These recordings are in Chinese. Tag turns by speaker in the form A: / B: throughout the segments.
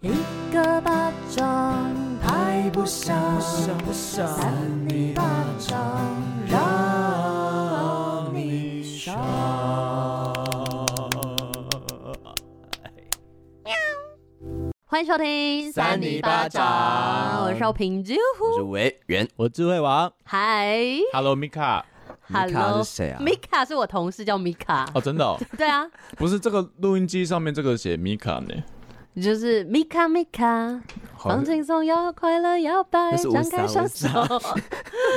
A: 一个巴掌拍不响，
B: 不想
A: 三你巴掌让你伤。欢迎收听《
B: 三你巴掌
A: 我是少平啾呼，
C: 我是维园。
B: 我智慧王
A: 嗨
B: ，Hello Mika，
C: 米卡是谁啊？
A: ，Hello，Mika 是我同事，叫 Mika。
B: 哦，真的、哦，
A: 对啊，
B: 不是这个录音机上面这个写 Mika 呢，
A: 就是 Mika Mika，
B: 好
A: 放轻松摇快乐摇摆，
C: 那是乌
A: 张开双
C: 萨
A: 手
C: 乌萨，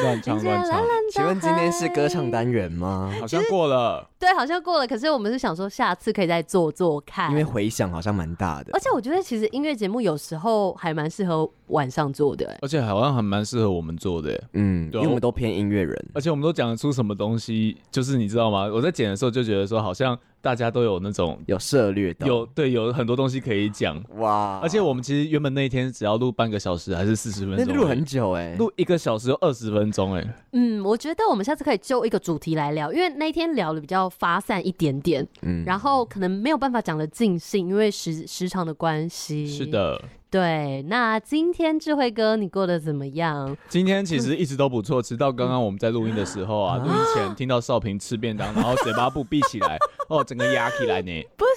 B: 乱
A: 迎
B: 唱
A: 接
B: 乱
A: 蓝蓝的
C: 请
B: 唱，
C: 问今天是歌唱
A: 海
C: 单元吗？
B: 好像过了，
A: 对，好像过了。可是我们是想说，下次可以再做做看
C: 因。为回响好像蛮大的
A: 而。且我觉得，其实音乐节目有时候还蛮适合晚上做的、欸。
B: 而且好像还蛮适合我们做的耶，
C: 嗯，
B: 对
C: 因为
B: 啊
C: 我们都偏音乐人，
B: 而且我们都讲得出什么东西，就是你知道吗？我在剪的时候就觉得说，好像大家都有那种
C: 有涉略到。
B: 有对有很多东西可以讲，
C: 哇，
B: 而且我们其实原本那一天只要录半个小时还是四十分
C: 那
B: 钟而已，
C: 录很久哎，
B: 录欸一个小时有二十分钟，哎，
A: 嗯，我觉得我们下次可以就一个主题来聊，因为那一天聊的比较发散一点点，
C: 嗯，
A: 然后可能没有办法讲的尽兴，因为时时长的关系。
B: 是，的。
A: 对。那今天智慧哥，你过得怎么样？
B: 今天其实一直都不错，直到刚刚我们在录音的时候啊，录
A: 嗯
B: 音前听到少平吃便当，然后嘴巴不闭起来，哦，整个压起来呢。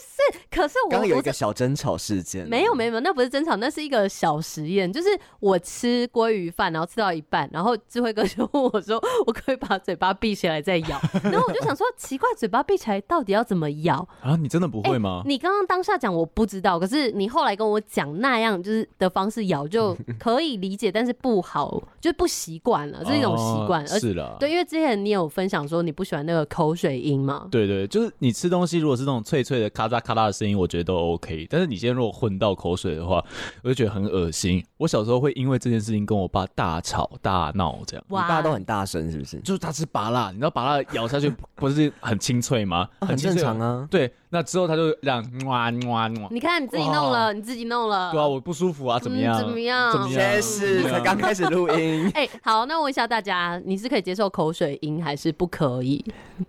A: 可是我
C: 刚刚有
A: 我
C: 一个小争吵事件，
A: 没有没有，没有，那不是争吵，那是一个小实验。就是我吃鲑鱼饭，然后吃到一半，然后智慧哥就问我说：“我可不可以把嘴巴闭起来再咬。” 然后我就想说，奇怪，嘴巴闭起来到底要怎么咬？
B: 啊，你真的不会吗？
A: 你刚刚当下讲我不知道，可是你后来跟我讲那样就是的方式咬 就可以理解，但是不好，就是不习惯了，是一种习惯。
B: 哦
A: 而且
B: 是了，
A: 对，因为之前你有分享说你不喜欢那个口水音嘛，
B: 对对，就是你吃东西，如果是那种脆脆的咔嚓咔嚓的声音，我觉得都 OK。但是你今天如果混到口水的话，我就觉得很恶心。我小时候会因为这件事情跟我爸大吵大闹，这样。
A: 啊
C: 你爸都很大声，是不是？
B: 就是他吃拔辣，你知道拔辣咬下去不是很清脆吗？
A: 哦
C: 很
B: 清
C: 正
B: 脆
C: 常。啊。
B: 对，那之后他就让哇哇哇，
A: 你看你自己弄了，你自己弄了，
B: 对啊，我不舒服啊，怎么
A: 嗯
B: 样？
A: 怎么样。
B: 怎么样？
C: 确实，才刚开始录音
B: 啊
A: 哎、好，那我问一下大家，你是可以接受口水音还是不可以？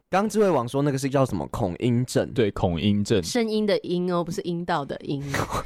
C: 刚智慧网说那个是叫什么恐音症？
B: 对，恐 音症
A: 声音的音哦，不是阴道的音。哦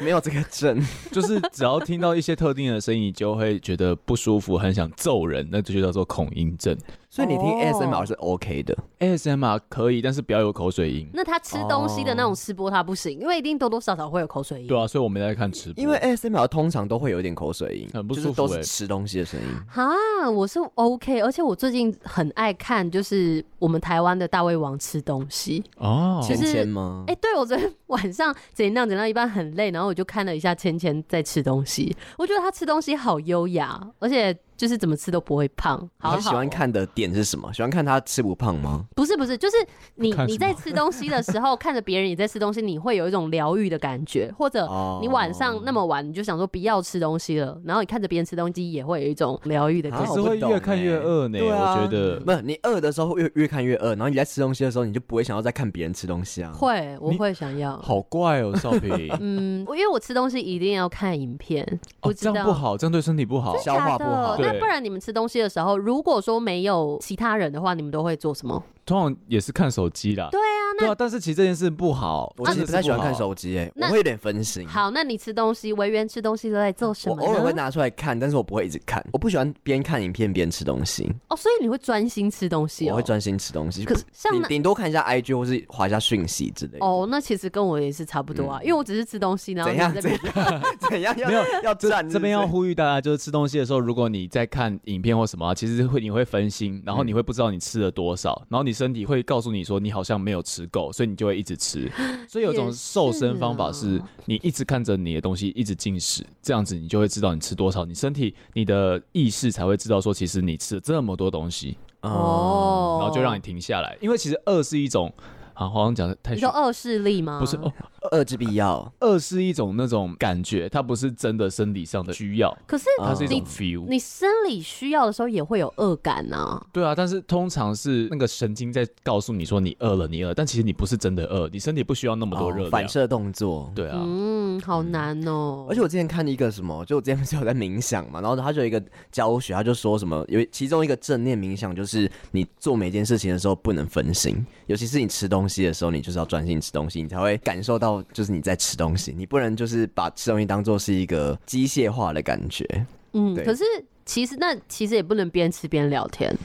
C: 没有这个症。
B: 就是只要听到一些特定的声音，你就会觉得不舒服，很想揍人，那就叫做恐音症。
C: 所以你听
A: 哦
C: ASMR 是 OK 的，
B: ASMR 可以，但是不要有口水音。
A: 那他吃东西的那
C: 哦
A: 种吃播他不行，因为一定多多少少会有口水音。
B: 对啊，所以我没在看直播，
C: 因为 ASMR 通常都会有一点口水音，
B: 很不
C: 就是
B: 舒服
C: 都是
B: 欸
C: 吃东西的声音。
A: 哈，我是 OK，而且我最近很爱看，就是我们台湾的大胃王吃东西。
B: 哦，
A: 其
C: 芊
A: 实
C: 芊吗？
A: 哎、对我昨天 晚上剪亮剪到一半很累，然后我就看了一下芊芊在吃东西，我觉得她吃东西好优雅，而且就是怎么吃都不会胖。好好
C: 你喜欢
A: 哦
C: 看的点是什么？喜欢看他吃不胖吗？
A: 不是不是，就是你
B: 看什么
A: 你在吃东西的时 候，看着别人也在吃东西，你会有一种疗愈的感觉，或者
C: 哦
A: 呃你晚上那么晚，你就想说不要吃东西了，然后你看着别人吃东西，也会有一种疗愈的感
C: 啊
A: 觉。
B: 可是会越看越饿呢，
C: 我不懂欸
B: 我觉
C: 不
A: 嗯
B: 得。
C: 是，你饿的时候会越越看越饿，然后你在吃东西的时候，你就不会想要再看别人吃东西啊。
A: 会，我
B: 你
A: 会想要。
B: 好怪哦，少平，
A: 嗯，我因为我吃东西一定要看影片，
B: 哦，
A: 不知
B: 这
A: 道
B: 样不好，这样对身体不好。
C: 消化不好
A: 假的那
B: 对
A: 不然你们吃东西的时候，如果说没有其他人的话，你们都会做什么？
B: 通常也是看手机啦。
A: 对啊，
B: 对啊，但是其实这件事不好，
C: 我其实不太喜欢看
B: 机。
C: 手机，哎，
A: 那
C: 我会有点分心。
A: 好，那你吃东西，维园吃东西都在做什
C: 我
A: 么呢？
C: 偶尔会拿出来看，但是我不会一直看。我不喜欢边看影片边吃东西，
A: 哦，所以你会专心吃东西、哦，
C: 我会专心吃东西。
A: 可是像
C: 顶
A: 那
C: 顶多看一下 IG 或是划一下讯息之类的。
A: 哦，那其实跟我也是差不多啊，因为我只是吃东西，然后
C: 嗯怎
A: 你
C: 样
A: 在
C: 怎样 怎样要
B: 没有
C: 要
B: 这
C: 站
B: 这边要
C: 是不是哦
B: 呼吁大家，就是吃东西的时候，如果你在看影片或什么啊，其实会你会分心，然后你会不知道你吃了多
A: 嗯
B: 少，然后你身体会告诉你说你好像没有吃够，所以你就会一 直吃。所以有种瘦身方法
A: 也
B: 是
A: 是啊，
B: 你一直看着你的东西，一直进食，这样子你就会知道你吃多少，你身体你的意识才会知道说其实你吃了这么多东西，
A: 哦，
B: 然后就让你停下来，因为其实饿是一种。啊，好像讲的太
A: 你
B: 虚
A: 说，呃恶势力吗？
B: 不是哦，
C: 遏制必要。
B: 饿是一种那种感觉，它不是真的生理上的需要，
A: 可是
C: 啊
B: 它是一种
A: 你
B: feel。
A: 你生理需要的时候也会有恶感啊。
B: 对啊，但是通常是那个神经在告诉你说你饿了，你饿了，但其实你不是真的饿，你身体不需要那么多热
C: 哦
B: 量。
C: 反射动作。
B: 对啊，
A: 嗯，好难哦、
C: 而且我之前看一个什么，就我之前不是有在冥想嘛，然 后他就有一个教学，他就说什么，有其中一个正念冥想就是你做每件事情的时候不能分心，尤其是你吃东西的时候，你就是要专心吃东西，你才会感受到到就是你在吃东西，你不能就是把吃东西当做是一个机械化的感觉，
A: 嗯，
C: 对
A: 可是其实那其实也不能边吃边聊天。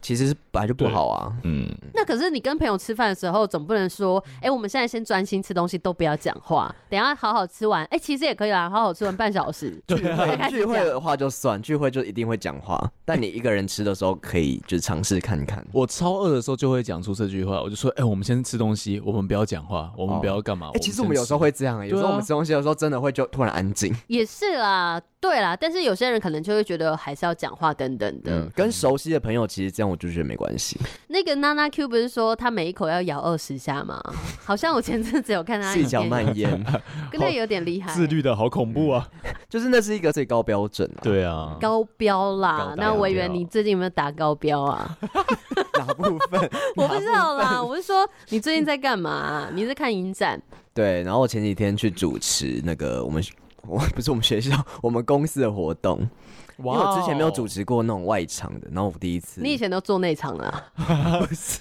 C: 其实是本来就不好啊。
B: 嗯，
A: 那可是你跟朋友吃饭的时候，总不能说，哎、我们现在先专心吃东西，都不要讲话，等一下好好吃完，哎、其实也可以啦，好好吃完半小 时，
B: 对
A: 聚
B: 啊
A: 会开始
C: 聚会
A: 讲
C: 的话就算，聚会就一定会讲话，但你一个人吃的时候可以就是尝试看看。
B: 我超饿的时候就会讲出这句话，我就说，哎、我们先吃东西，我们不要讲话，我们
C: 哦
B: 不要干嘛。
C: 哎、其实
B: 先
C: 我们有时候
B: 吃
C: 会这样、欸，有时
B: 对
C: 候
B: 啊
C: 我们吃东西的时候真的会就突然安静。
A: 也是啦，对啦，但是有些人可能就会觉得还是要讲话等等的。
C: 嗯，跟熟悉的朋友其实这样我就觉得没关系，
A: 那个娜娜 Q 不是说她每一口要咬二十下吗？好像我前阵子有看她
C: 细嚼慢
A: 咽，
C: 咽，
A: 跟那有点厉害，
B: 自律的好恐怖啊！
C: 就是那是一个最高标准啊。，
B: 对啊，
A: 高标
B: 高
A: 啦
B: 达。
A: 那我以为你最近有没有打高标啊？
C: 哪部分？
A: 我不知道啦，我是说你最近在干嘛、啊你在看影展？
C: 对，然后我前几天去主持那个我们学。我不是我们学校，我们公司的活动，因为我之前没有主
B: 持，
C: 持过那种外场的，然后我第一次，呃
A: 你以前都做内场啊啦，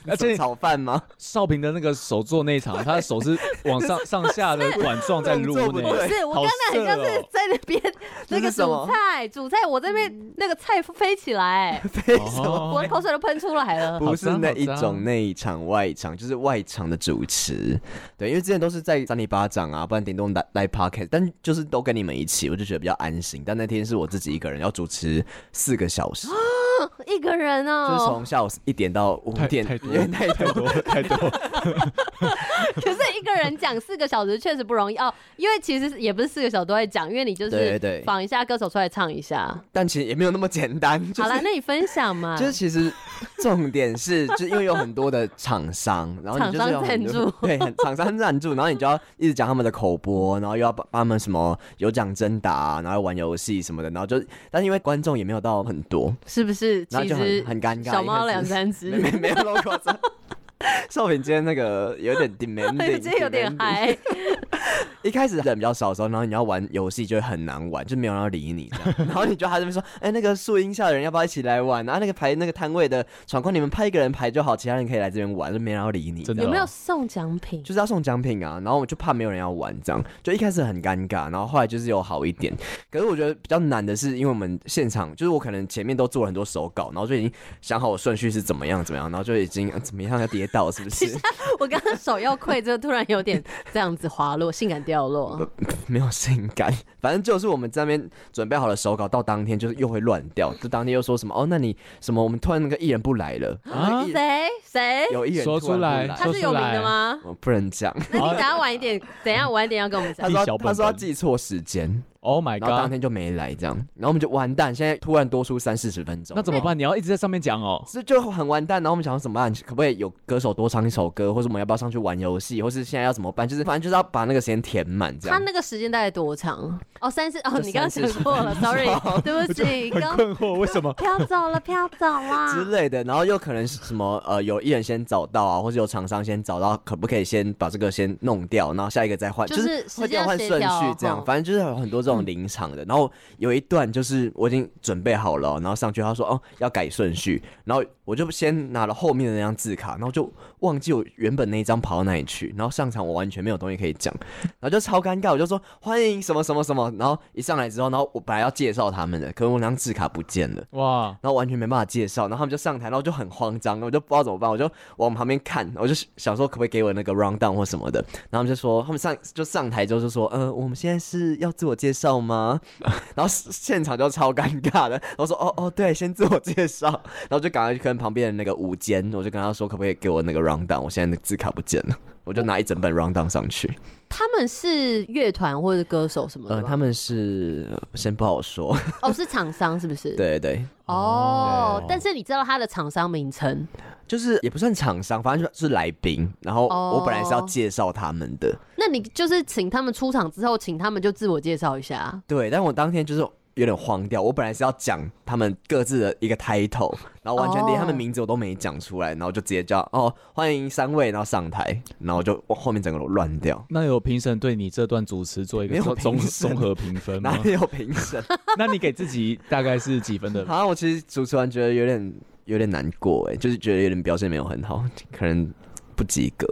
B: 而且
C: 炒饭吗？
B: 少平的那个手做那一场，他的手是往上上下的管状在录
C: 动作不
B: 那
A: 不
C: 对
B: 个，
A: 是？我
B: 好
A: 刚才很像
B: 色
A: 是
B: 哦
A: 在那边那个
C: 是什
A: 煮
C: 么
A: 菜，煮菜我这边那个菜飞起来，我
B: 哦
A: 的口水都喷出来 了。
B: 好
C: 不是
B: 脏
C: 那
B: 好
C: 一
B: 脏
C: 种内场外场，就是外场的主持。对，因为之前都是在三里巴掌啊，不然顶多来来 podcast，但就是都跟你们一起，我就觉得比较安心。但那天是我自己一个人要主持四个小时，
A: 一个人哦、
C: 就是从下午一点到五
B: 哦太
C: 点，
B: 太多
C: 因为太
B: 太多太多，
A: 可是一个人讲四个小时确实不容易哦，因为其实也不是四个小时都会讲，因为你就
C: 对
A: 是
C: 对
A: 仿一下歌手出来唱一下。
C: 但其实也没有那么简单。就是、
A: 好啦，那你分享嘛，
C: 就是其实重点是， 就因为有很多的厂商，然后你就是有很
A: 厂商
C: 多
A: 赞
C: 对很厂商赞助，然后你就要一直讲他们的口播，然后又要帮帮他们什么有奖征答，啊然后玩游戏什么的，然后就但是因为观众也没有到很多，
A: 是不是？
C: 然
A: 其
C: 后就
A: 实
C: 很很尴尬，
A: 小猫两三
C: 没
A: 只，
C: 没没有那么夸张。 少平今天那个有 点 demanding，
A: 哎这有点
C: demanding
A: 嗨。
C: 一开始人比较少的时候，然后你要玩游戏就会很难玩，就没有人要理你这样。 然后你就还在那边说，哎、那个树荫下的人要不要一起来玩？啊然后那个排那个摊位的闯关，你们派一个人排就好，其他人可以来这边玩，就没人要理你。
B: 真的
A: 有
B: 哦
A: 没有送奖品？
C: 就是要送奖品啊，然后我就怕没有人要玩，这样就一开始很尴尬，然后后来就是有好一点。可是我觉得比较难的是，因为我们现场就是我可能前面都做了很多手稿，然后就已经想好我顺序是怎么样怎么样，然后就已经、呃怎么样要跌倒是不是？
A: 我刚刚手要跪着，突然有点这样子滑落，性感掉 落。
C: 没有性感，反正就是我们在那边准备好了手稿，到当天就是又会乱掉，就当天又说什么哦，那你什么我们突然那个艺人不来了，哦
B: 啊
C: 艺人
A: 谁谁？
C: 呃有艺人
B: 说
C: 突然
B: 出
C: 不
B: 来
C: 来
A: 他是有名的吗？
C: 我不能讲，
A: 那你等
B: 啊
A: 下晚一点，等下晚一点要跟我们讲
C: 他。说他
B: 小本本
C: 他说他记错时间，
B: Oh my
C: 然后当
B: god，
C: 天就没来这样，然后我们就完蛋，现在突然多出三四十分钟，
B: 那怎么 办？你要一直在上面讲哦。
C: 这就很完蛋。然后我们想要怎么办？可不可以有歌手多唱一首歌，或者我们要不要上去玩游戏，或是现在要怎么办？就是反正就是要把那个时间填满这
A: 他
C: 样。
A: 那个时间大概多长？哦，三十哦，
C: 就
A: 你刚刚
C: 30
A: 讲过了，sorry，对 不起，
B: 很
A: 刚
B: 困惑，为什么？
A: 飘走了，飘走啦
C: 之类的，然后又可能是什么呃，有艺人先找到啊，或者有厂商先找到，可不可以先把这个先弄掉，然后下一个再换，
A: 就
C: 就是是
A: 时
C: 会
A: 间
C: 调
A: 要
C: 换
A: 协
C: 顺
A: 调嗯
C: 序
A: 哦
C: 这样，反正就是有很多这种临场的。然后有一段就是我已经准备好了，然后上去他说哦要改顺序，然后我就先拿了后面的那张字卡，然后就忘记我原本那一张跑到哪里去，然后上场我完全没有东西可以讲，然后就超尴尬，我就说欢迎什么什么什么，然后一上来之后，然后我本来要介绍他们的，可是我那张字卡不见了。
B: 哇，
C: 然后完全没办法介绍，然后他们就上台，然后就很慌张，我就不知道怎么办，我就往旁边看，我就想说可不可以给我那个 round down 或什么的，然后他们就说他们上就上台之后就说，呃，我们现在是要自我介绍吗？ 然后现场就超尴尬的，我说哦哦对，先自我介绍，然后就赶快去跟旁边的那个午间，我就跟他说可不可以给我那个 round down，我现在的字卡不见了。我就拿一整本 round down 上去，
A: 他们是乐团或者歌手什么的
C: 呃，
A: 吗？
C: 他们是呃先不好说，
A: 哦，是厂商是不是？。
C: 对对，
A: 哦
B: 对，
A: 但是你知道他的厂商名称，
C: 就是也不算厂商，反正就是来宾。然后
A: 哦
C: 我本来是要介绍他们的，
A: 那你就是请他们出场之后，请他们就自我介绍一下。
C: 对，但我当天就是有点慌掉。我本来是要讲他们各自的一个 title，然后完全连他们名字我都没讲出来，然后就直接叫哦欢迎三位，然后上台，然后就哇后面整个都乱掉。
B: 那有评审对你这段主持做一
C: 没
B: 个
C: 有
B: 综综
C: 评审
B: 综合评分吗
C: 哪？里有评审？
B: 那你给自己大概是几分 的
C: 好、像我欸其实主持完觉得有点有点难过，哎，就是觉得有点表现没有很好，可能不及格，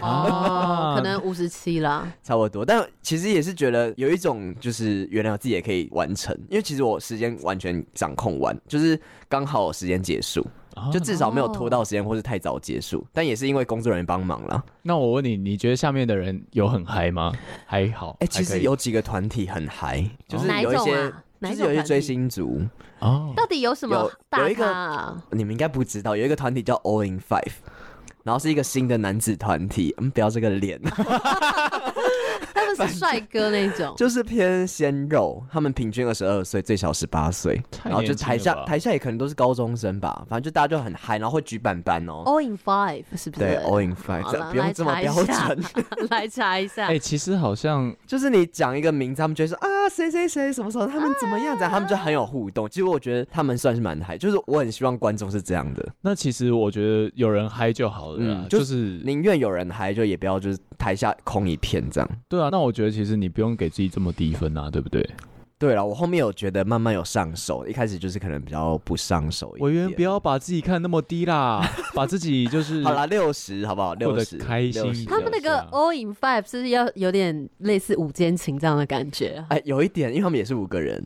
A: 哦，可能五十七啦，
C: 差不多。但其实也是觉得有一种就是原来我自己也可以完成，因为其实我时间完全掌控完，就是刚好时间结束，
A: 哦
C: 就至少没有拖到时间或是太早结束。但也是因为工作人员帮忙啦。
B: 那我问你，你觉得下面的人有很嗨 吗？还好，
C: 哎、其
B: 还可
C: 实
B: 以
C: 有几个团体很嗨，就是
A: 哪一
C: 有一
A: 种
C: 些，
A: 啊？哦哪
C: 就
A: 一
C: 是
A: 种
C: 有一些
A: 团
C: 追
A: 体
C: 星族，
B: 哦，
A: 到底有什么
C: 有有
A: 大
C: 一个
A: 咖啊？
C: 你们应该不知道，有一个团体叫 All in Five，然后是一个新的男子团体，嗯，不要这个脸，
A: 他们是帅哥那
B: 哦
A: 种，
C: 就是偏鲜肉，他们平均二十二岁，最小十八岁，
B: 太
C: 然后就
B: 年轻
C: 台
B: 了
C: 下
B: 吧
C: 台下也可能都是高中生吧，反正就大家就很嗨，然后会举板板哦。
A: All in Five 是不是？
C: 对，all in five，
A: 好
C: 这
A: 了
C: 不用
A: 来
C: 这么
A: 查一
C: 标
A: 下
C: 准。
A: 来查一下
B: 哎、。其实好像
C: 就是你讲一个名字，他们就会说啊谁谁谁什么时候，他们怎么样，怎样，
B: 啊
C: 他们就很有互动。其实我觉得他们算是蛮嗨，就是我很希望观众是这样的，
B: 那其实我觉得有人嗨就好了啦、
C: 嗯就
B: 就是
C: 宁愿有人嗨，就也不要就是台下空一片这样。
B: 对啊。那我觉得其实你不用给自己这么低分啊，对不对？
C: 对了，我后面有觉得慢慢有上手，一开始就是可能比较不上手一点。
B: 委员不要把自己看那么低 啦，把自己就是
C: 好啦，六十好不好？
B: 过
C: 六
B: 得
C: 十
B: 开心一点
A: 他们那个 All in Five 是不是要有点类似午间情这样的感觉？
C: 哎，有一点，因为他们也是五个人，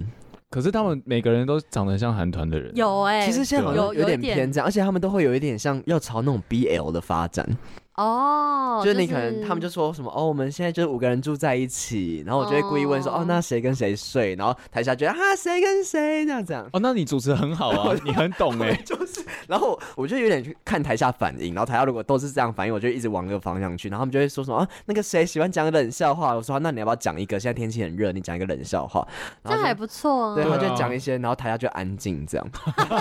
B: 可是他们每个人都长得像韩团的人，
A: 有哎，
C: 其实现在好像
A: 有
C: 点
A: 一点
C: 偏这样，而且他们都会有一点像要朝那种 BL 的发展，
A: 哦，
C: 就是你可能他们就说什么哦，我们现在就是五个人住在一起，然后我就会故意问说哦
A: 哦
C: 那谁跟谁睡，然后台下觉得啊谁跟谁这样这样，
B: 哦，那你主持很好 啊，你很懂哎、
C: 就是，然后我就有点去看台下反应，然后台下如果都是这样反应，我就一直往那个方向去，然后他们就会说什么啊那个谁喜欢讲冷笑话，我说、啊那你要不要讲一个？现在天气很热，你讲一个冷笑话，
A: 这
C: 然后
A: 样
C: 就
A: 还不错啊。
C: 对，
B: 对
C: 他就
B: 啊
C: 讲一些，然后台下就安静这样。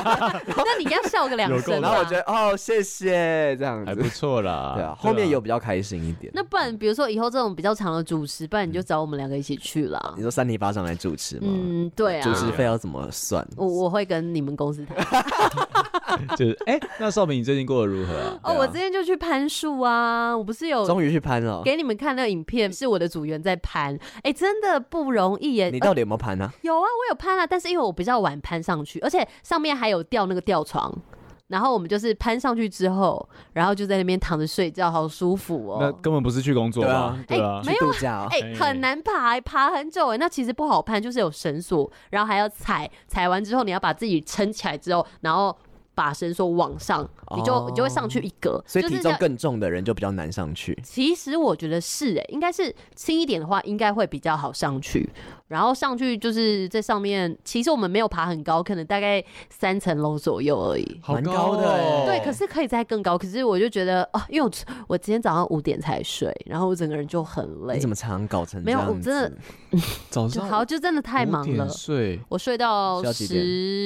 A: 那你要笑个两
B: 有够
A: 声
B: 对
A: 吧。
C: 然后我觉得哦，谢谢这样
B: 还
C: 子
B: 不。错啦。
C: 对啊，后面有比较开心一点。
A: 那不然，比如说以后这种比较长的主持，不然你就找我们两个一起去啦
C: 你。说三里巴掌来主持嗯吗？
A: 嗯，对
C: 主
A: 啊，
C: 持费要怎么算？
A: 我我会跟你们公司
C: 啊
A: 谈。
B: 就是哎、那少平你最近过得如何啊？
A: 哦，我之前就去攀树啊，我不是有
C: 终于去攀了。
A: 给你们看那个影片，是我的组员在攀，哎，真的不容易耶
C: 你。到底有没有攀啊？
A: 有啊，我有攀啊，但是因为我比较晚攀上去，而且上面还有吊那个吊床，然后我们就是攀上去之后，然后就在那边躺着睡觉，好舒服
B: 那
A: 哦。
B: 根本不是去工作吧？
A: 对啊
B: 对啊，
A: 没
C: 去度假哦。
A: 哎、很难爬、爬很久哎，那其实不好攀，就是有绳索，然后还要踩，踩完之后你要把自己撑起来之后，然后把绳索往上，你就、你就会上去一格，
C: 哦所以
A: 就是
C: 体
A: 这
C: 重
A: 样
C: 更重的人就比较难上去。
A: 其实我觉得是哎，应该是轻一点的话，应该会比较好上去。然后上去就是在上面，其实我们没有爬很高，可能大概三层楼左右而已。
B: 好
C: 蛮高
B: 高
C: 的
B: 哦
C: 欸
A: 对，可是可以再更高。可是我就觉得哦，因为我我今天早上五点才睡，然后我整个人就很累
C: 你怎。么常常搞成
A: 没有我
C: 这
A: 真
C: 样
A: 的
C: 子？
B: 早
A: 就
B: 上
A: 好，就真的太忙了。
B: 睡
A: 我睡到
C: 睡到几点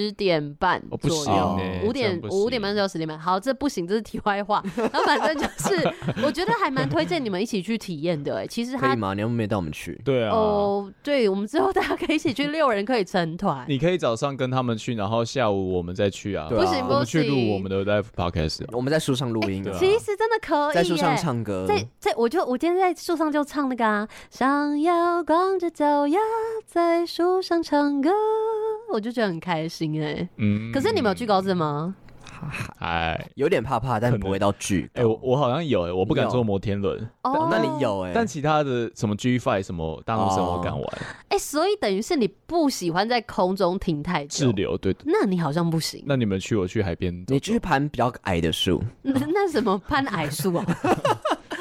A: 十点半
B: 哦不
A: 左
B: 行
A: 右
B: 欸，
A: 五
B: 这样
A: 点
B: 不
A: 我五点半
B: 行
A: 睡到十点半。好，这不行，这是题外话。 然后反正就是，我觉得还蛮推荐你们一起去体验的、欸。其实
C: 可
A: 它
C: 以吗？你有没有带我们去？
B: 对啊。
A: 哦，对，我们之后大家可以一起去，六人可以成团。
B: 你可以早上跟他们去，然后下午我们再去啊。
C: 对啊不行
B: 我们
A: 不
B: 去
A: 行
B: 录我们的 live podcast 啊。
C: 我们在树上录音
B: 对啊，
A: 哎其实真的可以耶，欸
C: 在树上唱歌。
A: 在在我就我今天在树上就唱那个啊，想要光着脚丫在树上唱歌，我就觉得很开心哎、
B: 嗯
A: 可是你们有惧高症吗？
B: 哎
C: 有点怕怕，但
B: 可能
C: 不会到巨
A: 哦
C: 高。
B: 哎，我我好像有哎，我不敢
C: 有
B: 坐摩天轮，
C: 哦，那你有哎？
B: 但其他的什么 G Five 什么大陆神我敢玩，
A: 哎、所以等于是你不喜欢在空中停太
B: 滞
A: 久，
B: 留对。
A: 那你好像不行。
B: 那你们去，我去海边走走，
C: 你去攀比较矮的树，
A: 那那什么攀矮树 啊？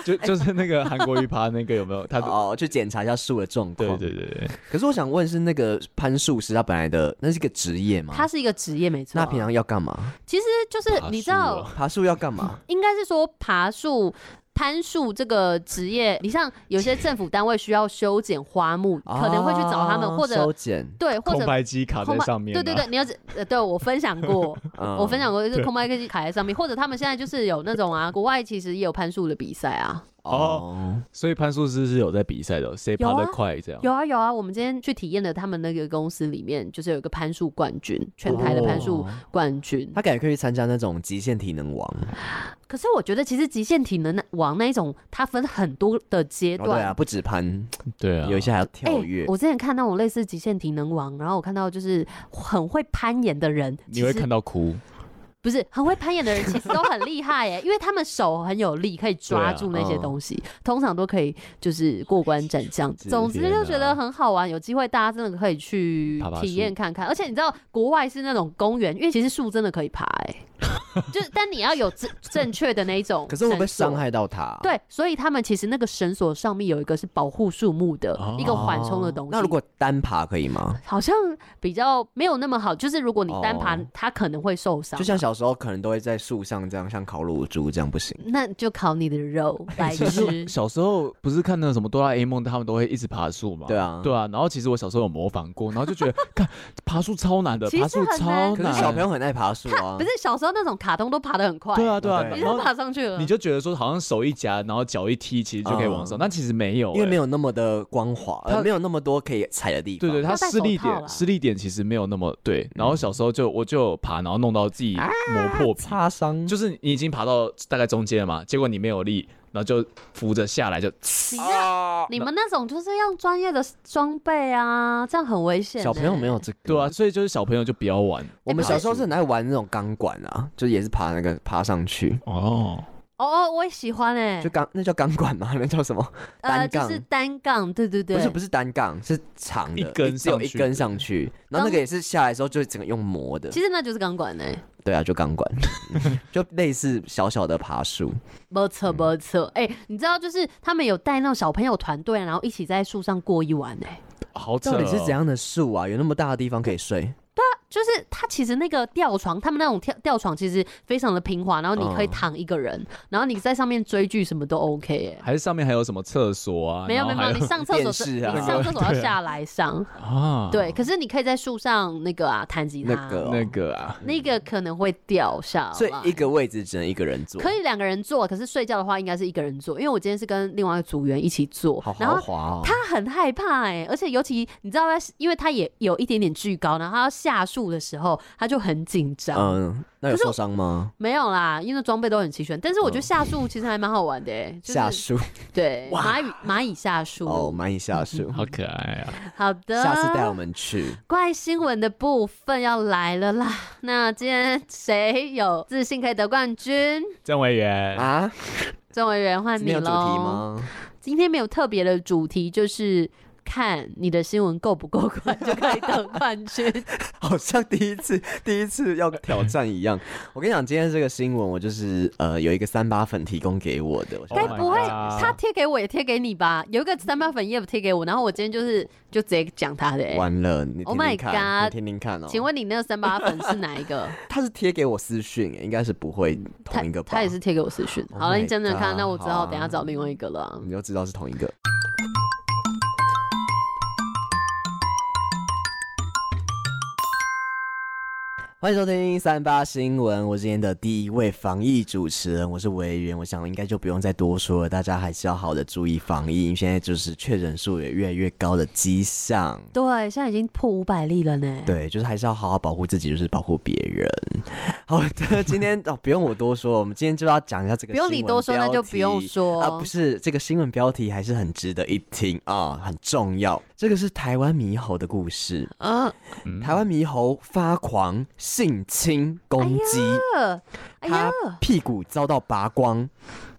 B: 就就是那个韩国瑜爬那个有没有？他
C: 哦，去检查一下树的状
B: 对
C: 况。
B: 对对对，
C: 可是我想问，是那个攀树师他本来的那是一个职业吗？
A: 它是一个职业没错啊、
C: 那平常要干嘛？
A: 其实就是
B: 爬
A: 你知
B: 树
A: 道
B: 哦，
C: 爬树要干嘛？
A: 应该是说爬树。攀树这个职业，你像有些政府单位需要修剪花木， 可能会去找他们，
C: 哦
A: 或者
C: 收剪。
A: 对，或
B: 啊空
A: 者
B: 白机卡在
A: 空白
B: 上面啊，
A: 对对对，你要呃，对我分享 过，
C: 嗯
A: 我分享过就是空白机卡在上面，或者他们现在就是有那种啊，国外其实也有攀树的比赛啊，
C: 哦，
B: 所以潘树师是有在比赛的，哦谁爬得快这样。
A: 有啊有啊，我们今天去体验了他们那个公司里面就是有一个攀树冠军，全台的攀
C: 哦
A: 树冠军。
C: 他感觉可以去参加那种极限体能王。
A: 可是我觉得其实极限体能那往那一种，它分很多的阶
C: 哦，对啊，
A: 段。
C: 不止攀，
B: 对啊，
C: 有一些还要跳
A: 哎
C: 跃。
A: 我之前看那种类似极限体能王，然后我看到就是很会攀岩的人，
B: 你会
A: 其实
B: 看到哭，
A: 不是很会攀岩的人，其实都很厉害 耶，因为他们手很有力，可以
C: 啊
A: 抓住那些
C: 嗯
A: 东西，通常都可以就是过关斩将。总之就觉得很好玩，有机会大家真的可以去
B: 爬爬树
A: 体验看看。而且你知道，国外是那种公园，因为其实树真的可以爬， 哎，就是但你要有正正确的那一种，
C: 可是会不会伤。害到他、啊？
A: 对，所以他们其实那个绳索上面有一个是保护树木的、一个缓冲的东西。
C: 哦那如果单爬可以吗？
A: 好像比较没有那么好，就是如果你单爬
C: 哦，
A: 它可能会受伤。
C: 就像小时候可能都会在树上这样，像烤乳猪这样不行。
A: 那就烤你的肉
C: 哎
A: 来
B: 其
A: 吃
B: 实。
C: 啊
B: 小时候不是看那个什么哆啦 A 梦，他们都会一直爬树嘛。
C: 对啊
B: 对啊。然后其实我小时候有模仿过，然后就觉得看爬树超难 的，
A: 其实
B: 爬树
A: 很难
B: 超
C: 可
B: 难。
C: 是小朋友很爱爬树啊，
A: 不是小时候那种卡通都爬得很快，
B: 对啊对啊，
C: 对
A: 你
B: 然
A: 就
B: 后
A: 爬上去了。
B: 你就觉得说好像手一夹，然后脚一踢，其实就可以往上，
C: 嗯
B: 但其实没有、欸
C: 因为没
B: 有。
C: 有那么的光滑，呃
B: 它
C: 没有那么多可以踩的地方。
B: 对对，
A: 要
B: 它
A: 戴
B: 施力
A: 手套啊啦
B: 点施力点其实没有那么对。然后小时候就我就有爬，然后弄到自己磨破皮，
C: 擦伤就
B: 就是你已经爬到大概中间了嘛，结果你没有力，然后就扶着下来就。
A: 你那你们那种就是要专业的装备啊，这样很危险欸。
C: 小朋友没有这个，
B: 对啊，所以就是小朋友就不要玩
C: 我们
A: 哎
C: 小时候是很爱玩那种钢管啊，就也是爬那个爬上去，
B: 哦。
A: 哦哦，我也喜欢哎
C: 就，钢那叫钢管吗？那 叫什么？
A: 呃，
C: 单
A: 就
C: 杠
A: 是单杠，对对对，
C: 不是不是单杠，是长的，
B: 一根
C: 只有一
B: 上去
C: 根上去，然后那
A: 钢
C: 个也是下来的时候就整个用磨的
A: 其。实那就是钢管哎，
C: 对啊，就钢管， 就类似小小的爬树。
A: 没
C: 嗯
A: 错没错，哎，你知道就是他们有带那种小朋友团队，啊然后一起在树上过一晚哎。
B: 好扯、哦！
C: 到底是怎样的树啊？有那么大的地方可以睡？
A: 就是它其实那个吊床，他们那种吊吊床其实非常的平滑，然后你可以
C: 嗯
A: 躺一个人，然后你在上面追剧什么都 OK 哎、
B: 还是上面还有什么厕所啊？
A: 没有没
B: 然
A: 有没
B: 后还
A: 有，你上厕所
C: 电
A: 是，
C: 视
A: 你
C: 啊哦
A: 上厕所要下来上，
B: 啊，
A: 对。可是你可以在树上那个啊弹吉他，
C: 那个哦
B: 那个啊，
A: 那个可能会掉下来。
C: 所以一个位置只能一个人坐，
A: 啊可以两个人坐，可是睡觉的话应该是一个人坐，因为我今天是跟另外一个组员一起坐，
C: 好
A: 然
C: 豪
A: 后
C: 华哦。
A: 他很害怕哎、而且尤其你知道他，因为他也有一点点巨高，然后他要下树的时候他就很紧张，
C: 嗯，那有
A: 可是
C: 受伤吗？
A: 没有啦，因为装备都很齐全。但是
C: 嗯
A: 我觉得下树其实还蛮好玩的、欸，就是
C: 下树
A: 对蚂蚁蚂蚁下树。
C: 哦，蚂蚁下树。
B: 好可爱啊！
A: 好的，
C: 下次带我们去。
A: 怪新闻的部分要来了啦。 那今天谁有自信可以得冠军？
B: 郑委员，
C: 啊，
A: 郑委员换
C: 没
A: 你
C: 有主题
A: 喽。
C: 吗？
A: 今天没有特别的主题，就是。看你的新闻够不够快就可以得冠 军，
C: 好像第一次 第一次要挑战 一样。我跟你讲，今天这个新闻，我就是呃有一个三八粉提供给我的，我
A: 该
B: Oh my
A: 不会
B: God
A: 他贴给我也贴给你吧？有一个三八粉也有贴给我，然后我今天就是就直接讲他的、欸。
C: 完了，你
A: Oh
C: 听
A: my
C: 听看，你
A: God
C: 听听看哦。
A: 请问你那个三八粉是哪一 个？
C: 他是贴给我私讯欸，应该是不会
A: 他
C: 同一个吧？
A: 他也是贴给我私讯。
C: Oh
A: 好了，
C: my
A: 你讲讲看，
C: God，
A: 那我只好等一下
C: 好啊
A: 找另外一个了啊。
C: 你就知道是同一个。欢迎收听三八新闻，我是今天的第一位防疫主持人，我是维源。我想应该就不用再多说了，大家还是要好的注意防疫，因为现在就是确诊数也越来越高的迹象。
A: 对，现在已经破五百例了呢。
C: 对，就是还是要好好保护自己，就是保护别人。好的，今天哦，不用我多说，我们今天就要讲一下这个
A: 不用你
C: 新闻
A: 多说，那
C: 标
A: 就不用
C: 题
A: 说。
C: 啊，不是这个新闻标题还是很值得一听啊，很重要。这个是台湾猕猴的故事，
A: 啊，
C: 台湾猕猴发狂性侵攻击，
A: 哎呀
C: 它，屁股遭到拔光，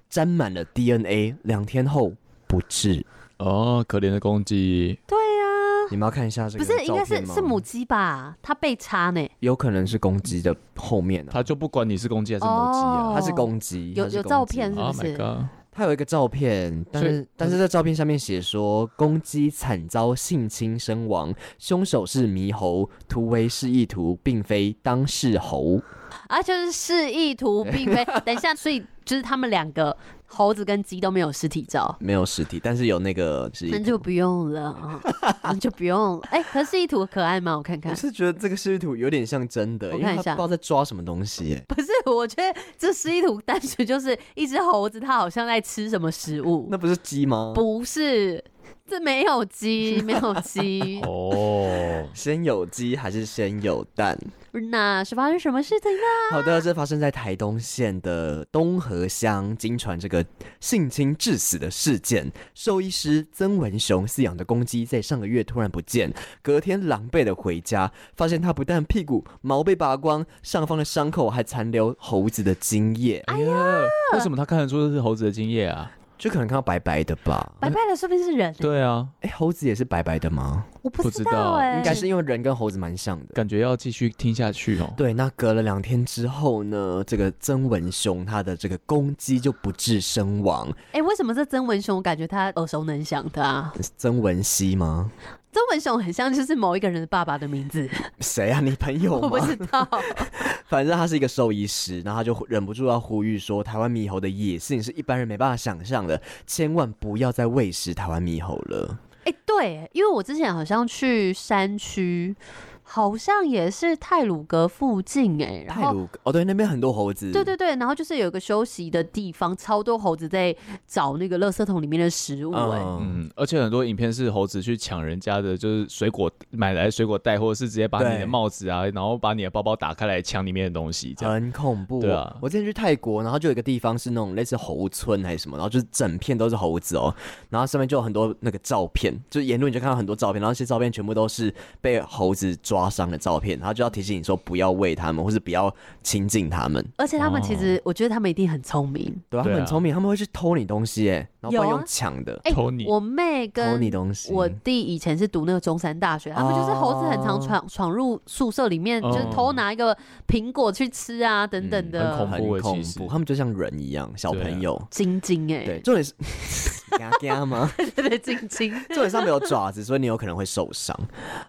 C: 沾满了 DNA，两天后不治。
A: 啊
B: 哦，可怜的公鸡，
A: 对呀，
C: 你们要看一下这
A: 不
C: 个
A: 是，应该
C: 照
A: 是
C: 片吗
A: 是母，鸡吧？它被插呢。
C: 有可能是公鸡的后面啊，
B: 它就不管你是公鸡还是母鸡啊。
A: 哦
C: 它是公鸡，
A: 有
C: 它是
A: 有
C: 公
A: 照
C: 鸡
A: 片是
B: Oh
A: 不哦是
B: my god！
C: 它有一个照片，但
B: 所以。
C: 是嗯但是这照片下面写说，公鸡惨遭性侵身亡，凶手是猕猴，图为示意图，并非当事猴。
A: 啊，就是示意图，并 非。等一下，所以就是他们两个猴子跟鸡都没有尸体照。
C: 没有实体，但是有那个示意
A: 那
C: 图。
A: 就不用了啊，那就不用了。哎，可是示意图可爱吗？我看看
C: 我。是觉得这个示意图有点像真的，
A: 我
C: 因
A: 看
C: 为
A: 一
C: 他
A: 下
C: 不知道在抓什么东西耶。
A: 不是，我觉得这示意图单 纯就是一只猴子，它好像在吃什么食物
C: 那，不是鸡吗？
A: 不是，这没有 鸡，没有鸡
B: 哦，
C: 先有鸡还是先有蛋？
A: 那是发生什么事情呢？
C: 好的，这发生在台东县的东河乡，经传这个性侵致死的事件。兽医师曾文雄饲养的公鸡在上个月突然不见，隔天狼狈的回家，发现它不但屁股毛被拔光，上方的伤口还残留猴子的精液，
B: 哎呀，为什么他看得出这是猴子的精液啊？
C: 就可能看到白白的吧？
A: 白白的说不定是人、欸，
B: 对啊，
C: 哎、猴子也是白白的吗？
A: 我不
B: 不
A: 知
B: 知道
A: 哎、
C: 应该是因为人跟猴子蛮像的。
B: 感觉要继续听下去哦。
C: 对，那隔了两天之后呢，这个曾文雄他的这个公鸡就不治身亡。
A: 哎、为什么这曾文雄我感觉他耳熟能详的啊？
C: 曾文熙吗？
A: 曾文雄很像就是某一个人的爸爸的名字，
C: 谁啊？你朋友
A: 我不
C: 吗？
A: 知道。
C: 反正他是一个兽医师，然后他就忍不住要呼吁说，台湾猕猴的野性是一般人没办法想象的，千万不要再喂食台湾猕猴了。
A: 哎、对，因为我之前好像去山区，好像也是泰鲁阁附近哎、然
C: 泰
A: 后。
C: 鲁哦，对，那边很多猴子。
A: 对对对，然后就是有一个休息的地方，超多猴子在找那个垃圾桶里面的食物、哎、
C: 嗯，
B: 嗯，而且很多影片是猴子去抢人家的，就是水果买来的水果袋，或者是直接把你
C: 对
B: 的帽子啊，然后把你的包包打开来抢里面的东西，这样。
C: 嗯很恐怖。
B: 对啊
C: 我之前去泰国，然后就有一个地方是那种类似猴村还是什么，然后就是整片都是猴子哦，然后上面就有很多那个照片，就是沿路你就看到很多照片，然后这些照片全部都是被猴子抓伤的照片，然后就要提醒你说不要喂它们，或是不要亲近它们，
A: 而且他们其实，我觉得他们一定很聪明。
C: 对吧、他
B: 对啊
C: 们很聪明，他们会去偷你东西，哎，然后
A: 有啊
C: 不然用抢的，
A: 哎、
B: 偷你
A: 我妹
C: 偷
A: 跟
C: 你东西，
A: 我弟以前是读那个中山大学，他们就是猴子很常
C: 哦
A: 闯闯入宿舍里面，
B: 哦
A: 就是偷拿一个苹果去吃啊，等等
B: 嗯
A: 的
B: 很恐怖
C: 很
B: 欸
C: 恐
B: 其实
C: 怖，他们就像人一样，小朋友。
A: 晶晶哎，
C: 对，重啊 点是，嘎嘎吗？
A: 对对晶 晶，
C: 重点上面有爪子，所以你有可能会受伤。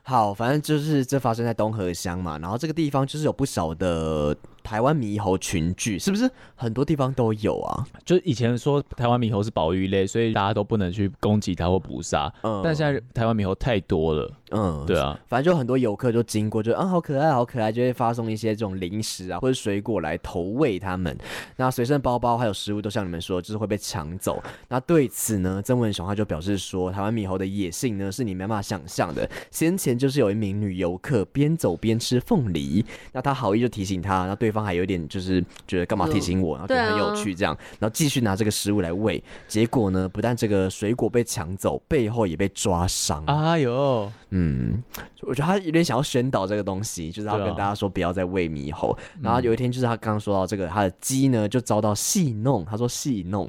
C: 好，反正就是这发生在东河乡嘛，然后这个地方就是有不少的台湾猕猴群聚，是不是很多地方都有啊？
B: 就是以前说台湾猕猴是保育类，所以大家都不能去攻击它或捕杀。
C: 嗯
B: 但现在台湾猕猴太多了，
C: 嗯，
B: 对。啊，
C: 反正就很多游客就经过，就啊好可爱，好可爱，就会发送一些这种零食啊或者水果来投喂他们。那随身包包还有食物都像你们说，就是会被抢走。那对此呢，曾文雄他就表示说，台湾猕猴的野性呢是你没办法想象的。先前就是有一名女游客边走边吃凤梨，那他好意就提醒他，那对方还有点就是觉得干嘛提醒我，然后觉得很有趣这样，然后继续拿这个食物来喂。结果呢，不但这个水果被抢走，背后也被抓伤
B: 哎呦，
C: 嗯，我觉得他有点想要宣导这个东西，就是他
B: 对啊嗯
C: 跟大家说不要再喂猕猴。然后有一天，就是他刚刚说到这个，他的鸡呢就遭到戏弄，他说戏弄。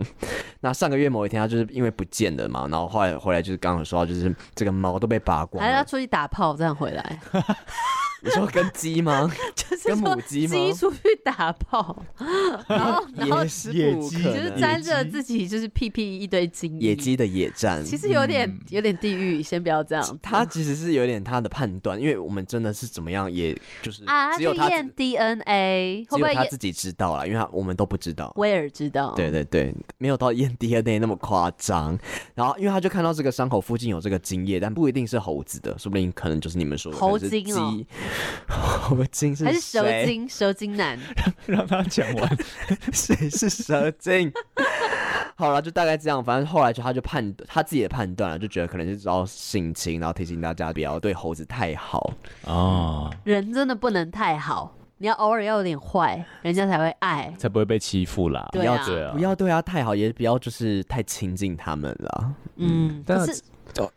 C: 那上个月某一天，他就是因为不见了嘛，然后后来回来就是刚刚有说到，就是这个毛都被拔光
A: 还是要
C: 了。
A: 出去打炮这样回来，
C: 你说跟鸡吗？
A: 就是
C: 跟
A: 说
C: 母鸡吗
A: 鸡出去打炮，然 后然后
C: 也是不可
A: 就
B: 野鸡
A: 是
C: 能
A: 沾着自己就是屁屁一堆精
C: 野
A: 液，
C: 鸡的野战。
A: 其实有点有点地狱，先不要这样。
C: 他其实是有点他的判断，因为我们真的是怎么样，也就是
A: 啊，
C: 只有
A: 去
C: 他
A: 验
C: 只
A: DNA 会不
C: 有
A: 会
C: 他
A: 验？
C: 自己知道啦，因为他我们都不知道。
A: 威尔知道，
C: 对对对，没有到验 DNA 那么夸张。然后，因为他就看到这个伤口附近有这个精液，但不一定是猴子的，说不定可能就是你们说的
A: 猴
C: 可能是
A: 精哦
C: 鸡，猴精 是
A: 还是蛇
C: 谁？
A: 精蛇精男。
B: 让他讲完。
C: 谁是蛇精？ 好了，就大概这样。反正后来就他就判他自己的判断了，就觉得可能是遭性侵，然后提醒大家不要对猴子太好。
B: 哦，
A: 人真的不能太好，你要偶尔要有点坏，人家才会爱。
B: 才不会被欺负啦。
A: 对
C: 要
A: 啊，
B: 对啊
C: 不，要对他太好，也不要就是太亲近他们了。
A: 嗯，
B: 但
A: 可是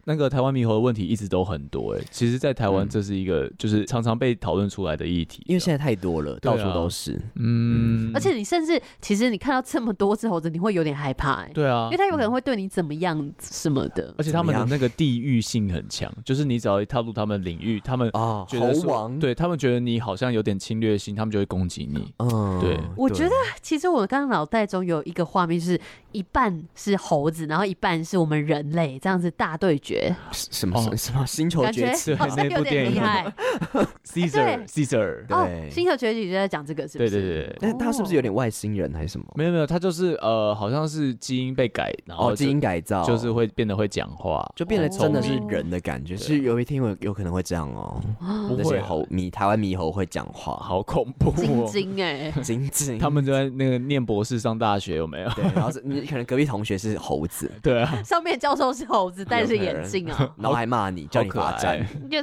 B: 那个台湾猕猴的问题一直都很多哎、其实，在台湾
C: 嗯
B: 这是一个就是常常被讨论出来的议题，啊
C: 因为现在太多了，
B: 对
C: 到
B: 啊
C: 处都是。
B: 嗯，
A: 而且你甚至其实你看到这么多只猴子，你会有点害怕、欸，
B: 对啊
A: 因
B: 嗯
A: 为，它有可能会对你怎么样什么的。
B: 而且他
C: 怎么
B: 们的
C: 样
B: 那个地域性很强，就是你只要一踏入他们领域，他们
C: 哦，
B: 觉
C: 猴
B: 得说
C: 王，
B: 对他们觉得你好像有点侵略性，他们就会攻击 你。
C: 嗯
B: 对
A: 我觉得其实我刚刚脑袋中有一个画面，就是一半是猴子，然后一半是我们人类，这样子大对决，
C: 什么
B: 哦
C: 什么什么星球
A: 感觉
C: 崛起？
B: 对
A: 好像
B: 那
A: 有
B: 部
A: 点
B: 电
A: 厉
B: 影
A: 害。
B: Caesar Caesar，
C: 对
A: 哦，星球崛起就在讲这个，是不
B: 对
A: 是？哦
B: 对对对，
C: 那他是不是有点外星人还是什么？
B: 没有没有，他就是呃，好像是基因被改，然后
C: 哦，
B: 就
C: 基因改造
B: 就是会变得会讲话，
C: 就变得
A: 哦
C: 真的是人的感觉，是有一天有有可能会这样哦。
B: 不
C: 那些
B: 会
C: 猴迷台湾猕猴会讲话，
B: 好恐怖
A: 晶
B: 哦。
A: 晶哎，
C: 仅仅
B: 他们就在那个念博士上大学有没有？
C: 对，然后是你可能隔壁同学是猴子，
B: 对啊，
A: 上面教授是猴子，但是着眼镜啊，
C: 然后还骂你，叫你罚站，
A: 你就
C: 这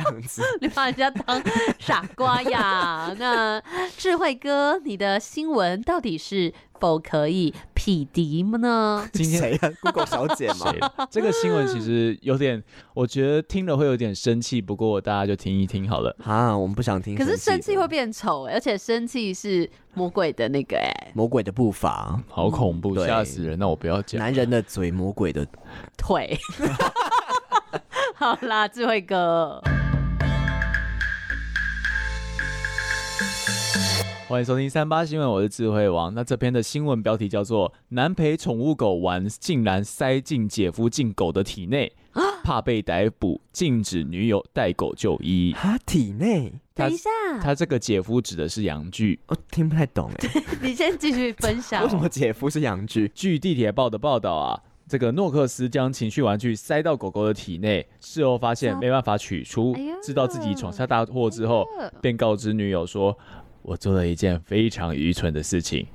C: 样子。
A: 你把人家当傻瓜呀？那智慧哥，你的新闻到底是否可以匹敌呢？
B: 今天
C: 谁啊？Google 小姐吗？
B: 谁这个新闻其实有点，我觉得听了会有点生气，不过大家就听一听好了。
C: 啊，我们不想听
A: 可
C: 的。
A: 是生气会变丑、欸而且生气是魔鬼的那个哎、
C: 魔鬼的步伐，
B: 好恐怖，
C: 嗯对
B: 吓死人！那我不要讲。
C: 男人的嘴，魔鬼的
A: 腿。 好啦，智慧哥，
B: 欢迎收听三八新闻，我是智慧王。那这篇的新闻标题叫做“男陪宠物狗玩，竟然塞进姐夫进狗的体内”。
A: 啊
B: 怕被逮捕，禁止女友带狗就医。
A: 啊
C: 他体内，
B: 他
A: 等一下，
B: 他这个姐夫指的是杨剧。
C: 我听不太懂哎，
A: 你先继续分享
C: 为。什么姐夫是洋剧？
B: 据地铁报的报道啊，这个诺克斯将情绪玩具塞到狗狗的体内，事后发现没办法取出
A: 哎呀，
B: 知道自己闯下大祸之后
A: 哎呀，
B: 便告知女友说：“我做了一件非常愚蠢的事情。”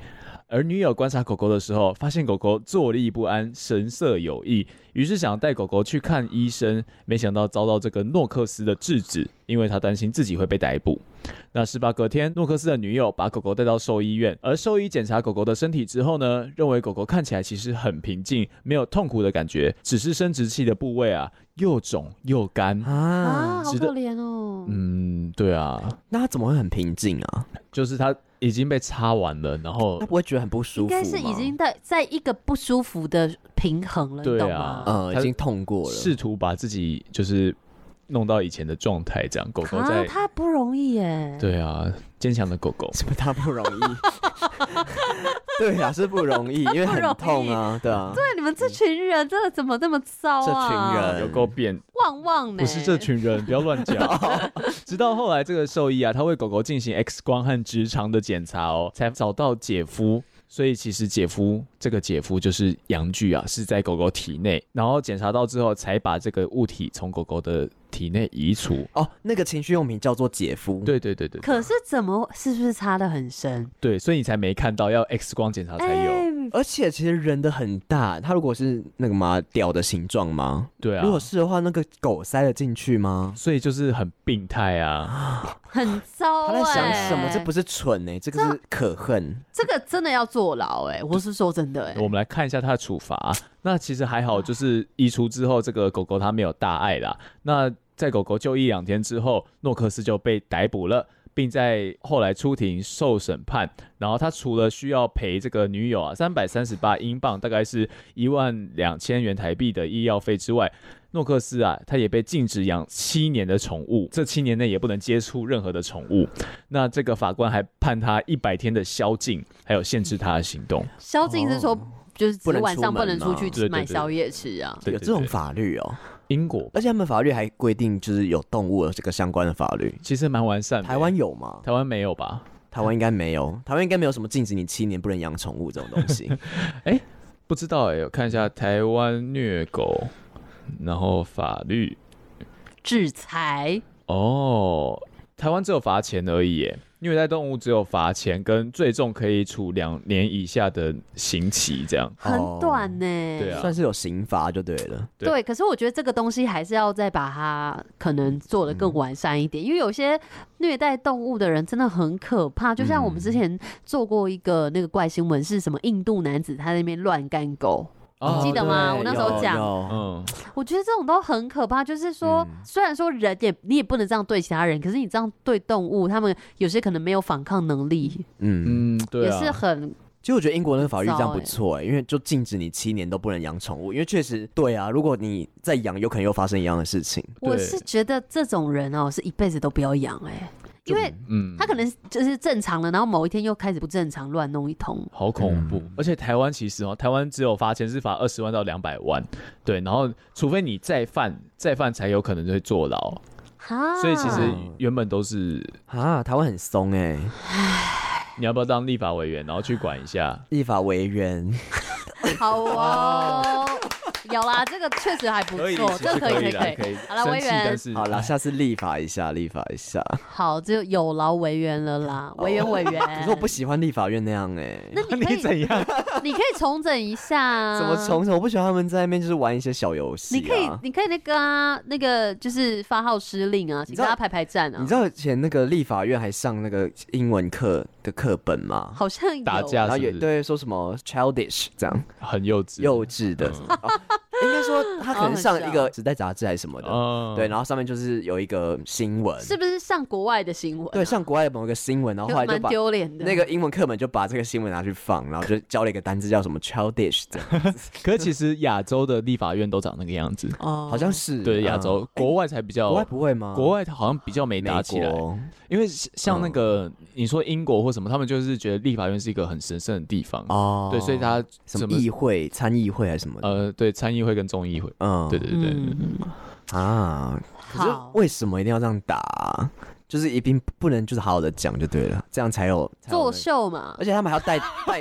B: 而女友观察狗狗的时候，发现狗狗坐立不安，神色有异，于是想带狗狗去看医生，没想到遭到这个诺克斯的制止，因为他担心自己会被逮捕。那事发隔天，诺克斯的女友把狗狗带到兽医院，而兽医检查狗狗的身体之后呢，认为狗狗看起来其实很平静，没有痛苦的感觉，只是生殖器的部位啊又肿又干。
C: 啊，
A: 啊，好
B: 值得
A: 可怜哦。
B: 嗯，对啊，
C: 那他怎么会很平静啊？
B: 就是它已经被擦完了，然后
C: 他不会觉得很不舒
A: 应
C: 服吗？
A: 该是已经在在一个不舒服的平衡了，你
B: 对
A: 懂
B: 啊
A: 吗？
C: 呃，
B: 他
C: 已经痛过了。
B: 试图把自己就是弄到以前的状态，这样狗狗
A: 啊，
B: 在。
A: 他不容易耶。
B: 对啊，坚强的狗狗。
C: 什么？他不容易？ 对啊，是不 容易，因为很痛啊，对啊。
A: 对，你们这群人真的怎么这么糟啊？
C: 这群人
B: 有够变，
A: 旺旺呢？
B: 不是这群人，不要乱讲。直到后来，这个兽医啊，他为狗狗进行 X 光和直肠的检查哦，才找到姐夫。所以其实姐夫这个姐夫就是阳具啊，是在狗狗体内，然后检查到之后，才把这个物体从狗狗的体内移除。
C: 哦，那个情绪用品叫做姐夫，
B: 对对
C: 啊
B: 对对
A: 可是怎么是不是擦的很深？
B: 对，所以你才没看到，要 X 光检查才有。
A: 哎
C: 而且其实人的很大，它如果是那个嘛屌的形状吗？
B: 对啊
C: 如，果是的话，那个狗塞得进去吗？
B: 所以就是很病态啊。
A: 很糟、
C: 他
A: 欸。
C: 在想什么？这不是蠢哎、这个是可恨。
A: 这个真的要坐牢哎、我是说真的哎、
B: 我们来看一下它的处罚。那其实还好，就是移除之后，这个狗狗它没有大碍啦。那在狗狗就医两天之后，诺克斯就被逮捕了。并在后来出庭受审判，然后他除了需要赔这个女友啊三百三十八英镑，大概是一万两千元台币的医药费之外，诺克斯啊他也被禁止养七年的宠物，这七年内也不能接触任何的宠物。那这个法官还判他一百天的宵禁，还有限制他的行动。
A: 宵禁是说、
C: 哦
A: 就是只
C: 不能
A: 晚上不能
C: 出门啊
A: 出
C: 吗
A: 去
B: 对对
A: 吃买
B: 对
A: 宵夜吃啊。
B: 对
C: 有
B: 对
C: 这种
B: 对
C: 法律哦、
B: 英国
C: 而且他们法律还规定，就是有动物的这个相关的法律。
B: 其实蛮完善的。
C: 台湾有吗？
B: 台湾没有吧？
C: 台湾应该没有，台湾应该没有什么禁止你七年不能养宠物这种东 西。
B: 不知道哎、我看一下台湾虐狗，然后法律
A: 制裁
B: 哦，台湾只有罚钱而已耶，虐待动物只有罚钱跟最重可以处两年以下的刑期这样。
C: 哦
A: 很短呢、
B: 对啊
C: 算是有刑罚就对了。
B: 对
A: 对，可是我觉得这个东西还是要再把它可能做的
B: 嗯
A: 更完善一点，因为有些虐待动物的人真的很可怕。就像我
B: 嗯
A: 们之前做过一个那个怪新闻，是什么印度男子他在那边乱干狗，
B: 哦
A: 记得吗
C: 对
A: 我那时候
C: 有
A: 讲
C: 有
B: 嗯，
A: 我觉得这种都很可怕。就是说，
C: 嗯
A: 虽然说人也你也不能这样对其他人，可是你这样对动物，他们有些可能没有反抗能力，
C: 嗯，
B: 嗯，对
A: 也是
B: 啊，
A: 很
C: 其实我觉得英国那个法律这样
A: 欸
C: 不错哎、因为就禁止你七年都不能养宠物，因为确实对啊，如果你再养，有可能又发生一样的事情。
A: 我
B: 对
A: 是觉得这种人哦、是一辈子都不要养哎、因为
B: 嗯
A: 他，可能就是正常了，然后某一天又开始不正常，乱弄一通。
B: 好恐怖。而且台湾其实哦，台湾只有罚钱是罚二十万到两百万，对，然后除非你再犯，再犯才有可能就会坐牢。
A: 哈，
B: 所以其实原本都是
C: 啊，台湾很松哎、
B: 你要不要当立法委员，然后去管一下？
C: 啊立法委员，
A: 好哦， 有啦，这个确实还不
B: 可以
A: 错，
B: 其实
A: 这个可以，
B: 以的，
A: 可
B: 可以。
A: 好啦
B: 生
A: 委
B: 气
A: 员
B: 但是
C: 好啦，下次立法一下，立法一下。
A: 好，就有劳委员了 啦，委员委员。
C: 可是我不喜欢立法院那样哎，
A: 呃那你可
B: 你
A: 以，
B: 怎样？
A: 你可以重整一下啊。
C: 怎么重什么？我不喜欢他们在那边就是玩一些小游戏
A: 你可以
C: 啊，。
A: 你可以那个啊，那个就是发号施令啊，请
C: 知道
A: 大家排排站啊。
C: 你知道以前那个立法院还上那个英文课的课本吗？
A: 好像有
B: 打架
C: 然后
B: 哦是
C: 也
B: 不是
C: 对说什么 childish 这样
B: 很幼稚，
C: 幼稚的，
B: 嗯
C: 哦应该说他可能上
A: 哦
C: 一个时代杂志还是什么的，
B: 哦
C: 对，然后上面就是有一个新闻，
A: 是不是上国外的新闻啊？
C: 对，上国外的某个新闻，然后
A: 就
C: 后来就
A: 蛮
C: 把
A: 丢脸的。
C: 那个英文课本就把这个新闻拿去放，然后就教了一个单字叫什么 childish，这样
B: 可是其实亚洲的立法院都长那个样子，
A: 哦，
C: 好像是
B: 对
C: 嗯
B: 亚洲、国外才比较，
C: 国外不会吗？
B: 国外好像比较没
C: 美
B: 打起来，
C: 国嗯
B: 因为像像那个、你说英国或什么，他们就是觉得立法院是一个很神圣的地方，
C: 哦，
B: 对，所以他
C: 什么议会、参议会还是什么的？
B: 呃对参议会跟众议会，
C: 嗯，
B: 呃对对对对对
A: 嗯，
C: 啊，可是
A: 好，
C: 为什么一定要这样打啊、就是一定不能就是好好的讲就对了，这样才有才有那
A: 作
C: 个
A: 秀嘛
C: 而，且他们还要 带带，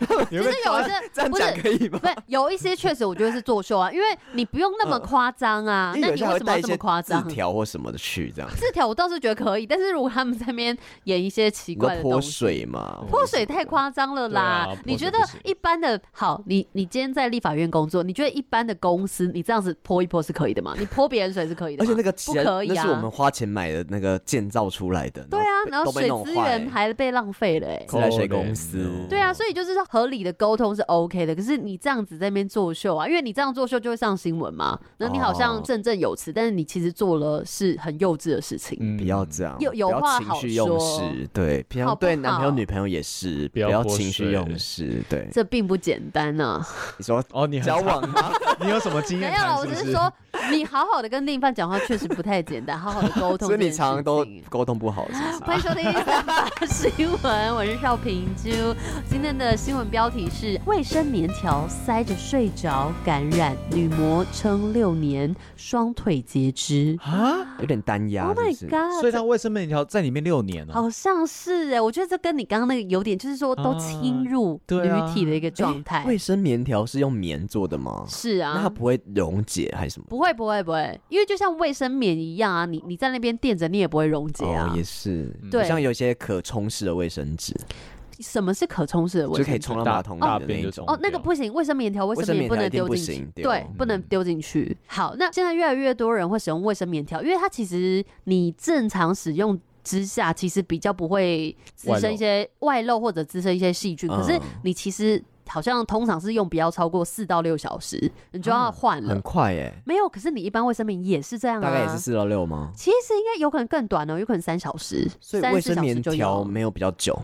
A: 就
C: 就是
A: 有些
C: 这样
A: 不
C: 讲
A: 是。
C: 可以吗
A: 不？是有一些确实，我觉得是作秀啊，因为你不用那么夸张啊。
C: 呃因
A: 那
C: 为有
A: 你
C: 些
A: 为
C: 还会
A: 什么
C: 带
A: 要
C: 一
A: 这
C: 些
A: 么夸
C: 字
A: 张？啊
C: 条或什么的去这样，
A: 字条我倒是觉得可以，但是如果他们在那边演一些奇
C: 你
A: 怪
C: 说
A: 的
C: 泼
A: 东西，
C: 水嘛？
A: 泼水太夸张了啦！
B: 对啊
A: 你
B: 泼水
A: 觉得
B: 不行
A: 一般的好，你你今天在立法院工作，你觉得一般的公司你这样子泼一泼是可以的吗？你泼别人水是可以的
C: 而
A: 吗，
C: 且那个
A: 不
C: 钱
A: 可以
C: 那
A: 啊
C: 是我们花钱买的那个建造出来的，
A: 对啊，然后
C: 都被
A: 水
C: 弄
A: 资
C: 坏
A: 源还被浪费了、欸，
C: 自来水公司，
A: 对啊，所以就是说合理的沟通是 OK 的，可是你这样子在那边作秀啊，因为你这样作秀就会上新闻嘛。那你好像
C: 哦
A: 振振有词，但是你其实做了是很幼稚的事情。
B: 嗯
C: 不要这样，
A: 有有
C: 不要
A: 话
C: 情
A: 好
C: 绪用
A: 说
C: 事，对，平
A: 好
C: 常
A: 不
C: 对男朋友、
A: 好
C: 女朋友也是，不
B: 不要
C: 要
B: 泼
C: 情绪
B: 水
C: 用事，对，
A: 这并不简单啊呢、
C: 你说
B: 哦，你 很
C: 交往吗？
B: 你有什么经
A: 没
B: 验
A: 有啦，
B: 谈？
A: 我只
B: 不
A: 是说，你好好的跟另一半讲话确实不太简单，好好的沟通这
C: 所以你
A: 件事情。
C: 常 常都沟通不好，是不是？
A: 欢迎收听三八新闻，我是邵平啾。今天的新闻标题是：卫生棉条塞着睡着，感染女模撑六年，双腿截肢。
B: 啊，
C: 有点单压
A: Oh
C: 是不
A: my
C: 是，
A: god！
B: 所以他卫生棉条在里面六年哦，
A: 好像是哎，我觉得这跟你刚刚那个有点，就是说都侵入
B: 对啊
A: 女体的一个状态。
C: 卫生棉条是用棉做的吗？
A: 是
C: 那它
A: 啊，
C: 不会溶解还是什么？
A: 不会不会不会，因为就像卫生棉一样啊，你你在那边垫着，你也不会溶解啊
C: 哦，。也是，
B: 嗯
A: 对
C: 不像有些可冲式的卫生纸，
A: 什么是可冲式的卫
C: 就
A: 生
C: 可以
A: 纸
C: 冲到
B: 大
C: 马桶里
B: 大
C: 的
B: 便
C: 那
B: 就
C: 种。
A: 哦，那个不行，卫生棉条、卫
C: 啊卫
A: 生
C: 生
A: 棉
C: 棉
A: 不
C: 条
A: 能
C: 一定
A: 丢
C: 不
A: 进去
C: 行，丢
A: 对，不能丢进去。好，那现在越来越多人会使用卫生棉条，因为它其实你正常使用。之下其实比较不会滋
B: 外
A: 生
B: 漏
A: 一些外漏或者滋生一些细菌，可是
C: 嗯
A: 你其实好像通常是用不要超过四到六小时，你就要
C: 啊
A: 换了。
C: 很快耶，
A: 没有，可是你一般卫生棉也是这样啊，
C: 大概也是四到六吗？
A: 其实应该有可能更短哦，有可能三小时，
C: 所以
A: 三
C: 卫
A: 四
C: 生
A: 小时
C: 棉
A: 就
C: 条
A: 有。
C: 没有比较久